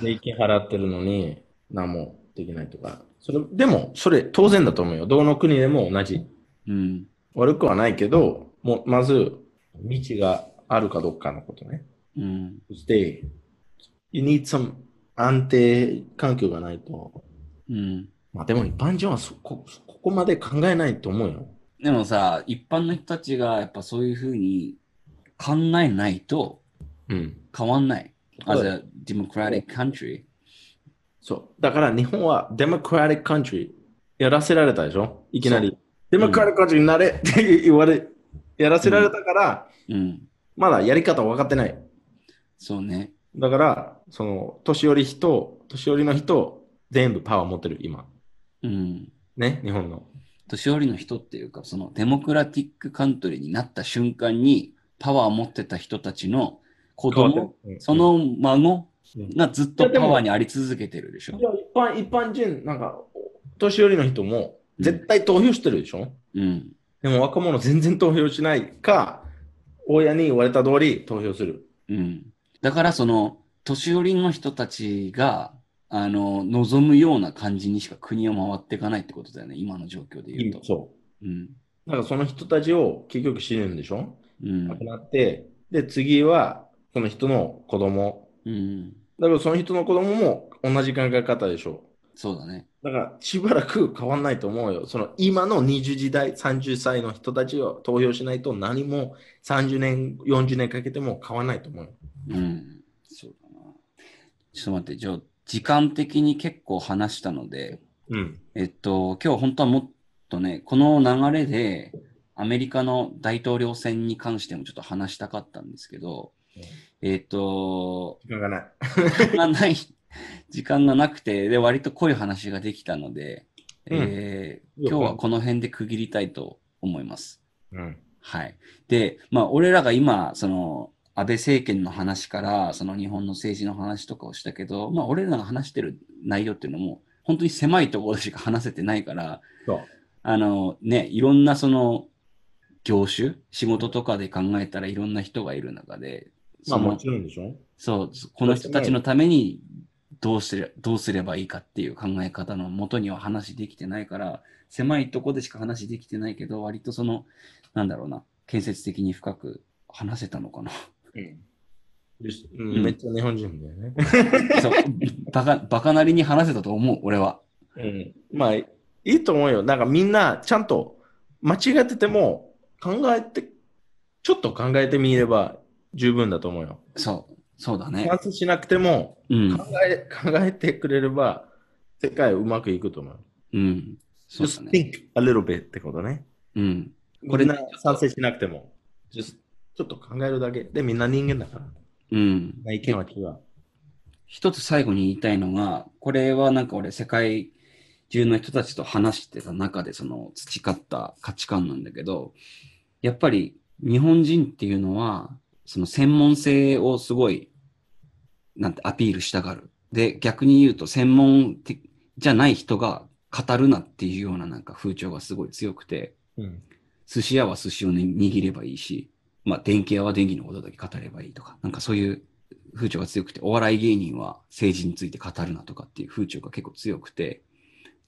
S3: 税金払ってるのに何もできないとか。それ、でも、それ当然だと思うよ。どの国でも同じ。
S2: うん。
S3: 悪くはないけど、もう、まず、道があるかどうかのことね。
S2: うん。
S3: そして、you need some 安定環境がないと。
S2: うん。
S3: まあでも一般人はそこ、そここまで考えないと思うよ。
S2: でもさ、一般の人たちがやっぱそういうふうに考えないと
S3: うん。
S2: 変わんない。
S3: はい
S2: As a democratic country.
S3: そう。だから日本はデモクラティックカントリーやらせられたでしょいきなり。デモクラティックカントリーになれ って言われ、やらせられたから、
S2: うん。
S3: まだやり方分かってない。
S2: そうね。
S3: だから、その、年寄り人、年寄りの人、全部パワー持ってる、今。
S2: うん。
S3: ね、日本の。
S2: 年寄りの人っていうか、そのデモクラティックカントリーになった瞬間にパワーを持ってた人たちの子供、
S3: うん
S2: そ、の孫
S3: うん
S2: がずっとパワーにあり続けてるでしょ
S3: い。や一般、一般人、なんか、年寄りの人も、絶対投票してるでしょ、
S2: うん。
S3: でも若者全然投票しないか、親に言われた通り投票する。
S2: うん。だからその年寄りの人たちが、あの、望むような感じにしか国を回っていかないってことだよね、今の状況で言うと。
S3: そ
S2: うん。
S3: う。だからその人たちを結局死ぬんでしょ
S2: うん
S3: 亡く。なって、で、次は、その人の子供。
S2: うん。
S3: だからその人の子供も同じ考え方でしょ
S2: そうだね。
S3: だから、しばらく変わんないと思うよ。その今の20時代、30歳の人たちを投票しないと何も30年、40年かけても変わんないと思うよ。
S2: うん。そうだな。ちょっと待って、じゃあ、時間的に結構話したので、
S3: うん。
S2: えっと、今日本当はもっとね、この流れで、アメリカの大統領選に関してもちょっと話したかったんですけど、えっと、
S3: 時間がない。
S2: 時間がない、 時間がなくて、で、割と濃い話ができたので、
S3: うん
S2: えー今日はこの辺で区切りたいと思います。
S3: うん。
S2: はい。で、まあ、俺らが今、その、安倍政権の話から、その日本の政治の話とかをしたけど、まあ、俺らが話してる内容っていうのも、本当に狭いところでしか話せてないから、
S3: そう。
S2: あのね、いろんなその業種、仕事とかで考えたらいろんな人がいる中で、
S3: ま
S2: そ
S3: あ
S2: の
S3: もちろんでしょ
S2: そう、この人たちのためにどうすれどうすればいいかっていう考え方のもとには話できてないから、狭いとこでしか話できてないけど、割とその、なんだろうな、建設的に深く話せたのかな。
S3: うん
S2: うん
S3: めっちゃ日本人だよね。
S2: そう、バカ、バカなりに話せたと思う、俺は。
S3: うん、まあ、いいと思うよ。なんかみんな、ちゃんと間違ってても、考えて、ちょっと考えてみれば十分だと思うよ。
S2: そう、そうだね
S3: 反。省しなくても、
S2: うん
S3: 考。え、考えてくれれば、世界うまくいくと思う。
S2: うん。そうだ
S3: Just
S2: ね。
S3: think a little bit ってことね。
S2: うん。
S3: これ
S2: みん
S3: な、賛成しなくても。Just ちょっと考えるだけ。で、みんな人間だから。
S2: うん。
S3: 意見は違う。
S2: 一つ最後に言いたいのが、これはなんか俺世界中の人たちと話してた中でその培った価値観なんだけど、やっぱり日本人っていうのは、その専門性をすごい、なんてアピールしたがる。で、逆に言うと専門的じゃない人が語るなっていうようななんか風潮がすごい強くて、
S3: うん。
S2: 寿司屋は寿司を、ね、握ればいいし、まあ、電気屋は電気のことだけ語ればいいとか、なんかそういう風潮が強くて、お笑い芸人は政治について語るなとかっていう風潮が結構強くて、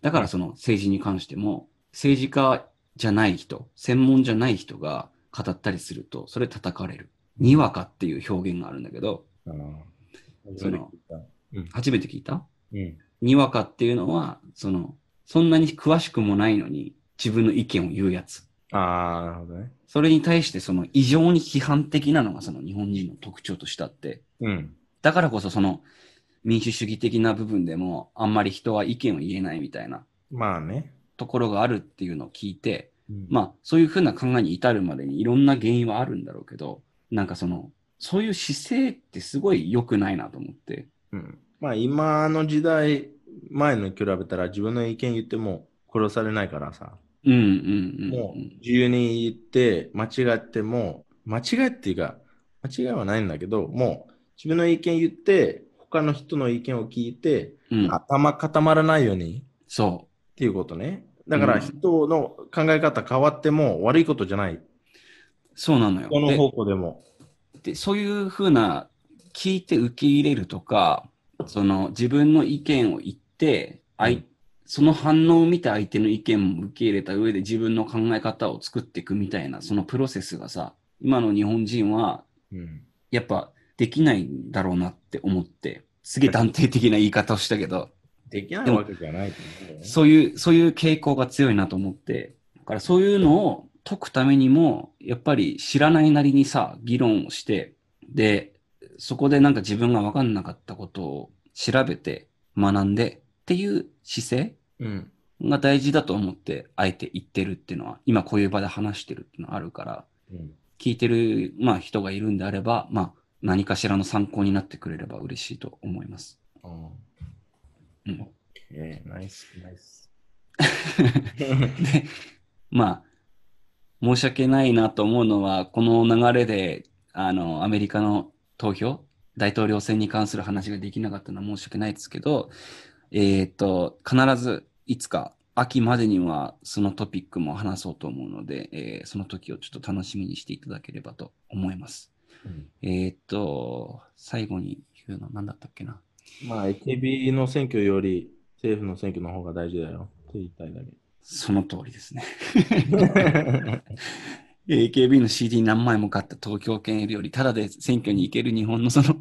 S2: だからその政治に関しても、政治家じゃない人、専門じゃない人が語ったりすると、それ叩かれる。にわかっていう表現があるんだけど、
S3: あ
S2: そ
S3: ー
S2: の、初めて聞いた
S3: うん。
S2: にわかっていうのは、その、そんなに詳しくもないのに自分の意見を言うやつ。
S3: ああ、なるほどね。
S2: それに対してその異常に批判的なのがその日本人の特徴としてあって、
S3: うん。
S2: だからこそその民主主義的な部分でもあんまり人は意見を言えないみたいな
S3: まあね。
S2: ところがあるっていうのを聞いて、ま
S3: まあ、
S2: あそういうふうな考えに至るまでにいろんな原因はあるんだろうけど、なんかその、そういう姿勢ってすごい良くないなと思って。
S3: うん、まあ今の時代、前のに比べたら自分の意見言っても殺されないからさ、
S2: うんうんうん
S3: もう自由に言って間違っても、間違いっていうか、間違いはないんだけど、もう自分の意見言って他の人の意見を聞いて、
S2: うん。
S3: 頭固まらないように
S2: そ
S3: っていうことね。だから
S2: うん
S3: 人の考え方変わっても悪いことじゃない。
S2: う。そうなのよ。
S3: この方向でも。
S2: ででそういうふうな聞いて受け入れるとかその自分の意見を言って、あい
S3: うん
S2: その反応を見て相手の意見も受け入れた上で自分の考え方を作っていくみたいなそのプロセスがさ今の日本人は
S3: うん。
S2: やっぱできないんだろうなって思ってすげえ断定的な言い方をしたけど
S3: できないわけじゃないと思うよ。
S2: そういう、そういう傾向が強いなと思って。だからそういうのを解くためにも、やっぱり知らないなりにさ、議論をして、で、そこでなんか自分が分かんなかったことを調べて、学んでっていう姿勢
S3: うん。
S2: が大事だと思って、あえて言ってるっていうのは、今こういう場で話してるっていうのはあるから、
S3: うん。
S2: 聞いてる、まあ、人がいるんであれば、まあ、何かしらの参考になってくれれば嬉しいと思います。
S3: うん
S2: うん
S3: ええナイス、ナ イス。
S2: で、まあ、申し訳ないなと思うのは、この流れで、あの、アメリカの投票、大統領選に関する話ができなかったのは申し訳ないですけど、えっと、必ずいつか秋までにはそのトピックも話そうと思うので、えーその時をちょっと楽しみにしていただければと思います。
S3: うん
S2: えっと、最後に言うの何だったっけな。
S3: まあ、AKB の選挙より政府の選挙の方が大事だよって言いたいだけ。
S2: その通りですね。AKB の CD 何枚も買った東京圏より、ただで選挙に行ける日本のその、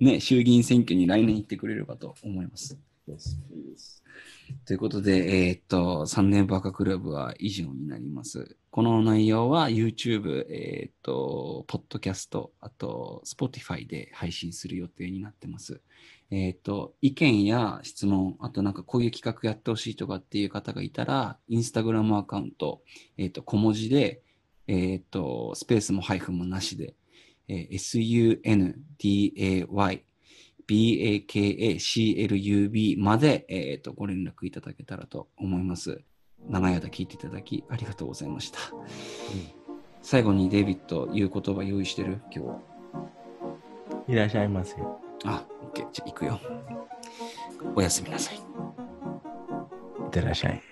S2: ね、衆議院選挙に来年行ってくれればと思います。
S3: yes, please.
S2: ということで、えーっと、3年バカクラブは以上になります。この内容は YouTube、えーっと、Podcast、あと Spotify で配信する予定になってます。えーっと、意見や質問、あとなんかこういう企画やってほしいとかっていう方がいたら、Instagram アカウント、えーっと、小文字で、えーっと、スペースもハイフンもなしで、えー sunday bakaclub まで、えー、とご連絡いただけたらと思います。長い間聞いていただきありがとうございました。最後にデイビッド言う言葉用意してる今日は。
S3: いらっしゃいませ。
S2: あ、OK。じゃあ行くよ。おやすみなさい。
S3: いってらっしゃい。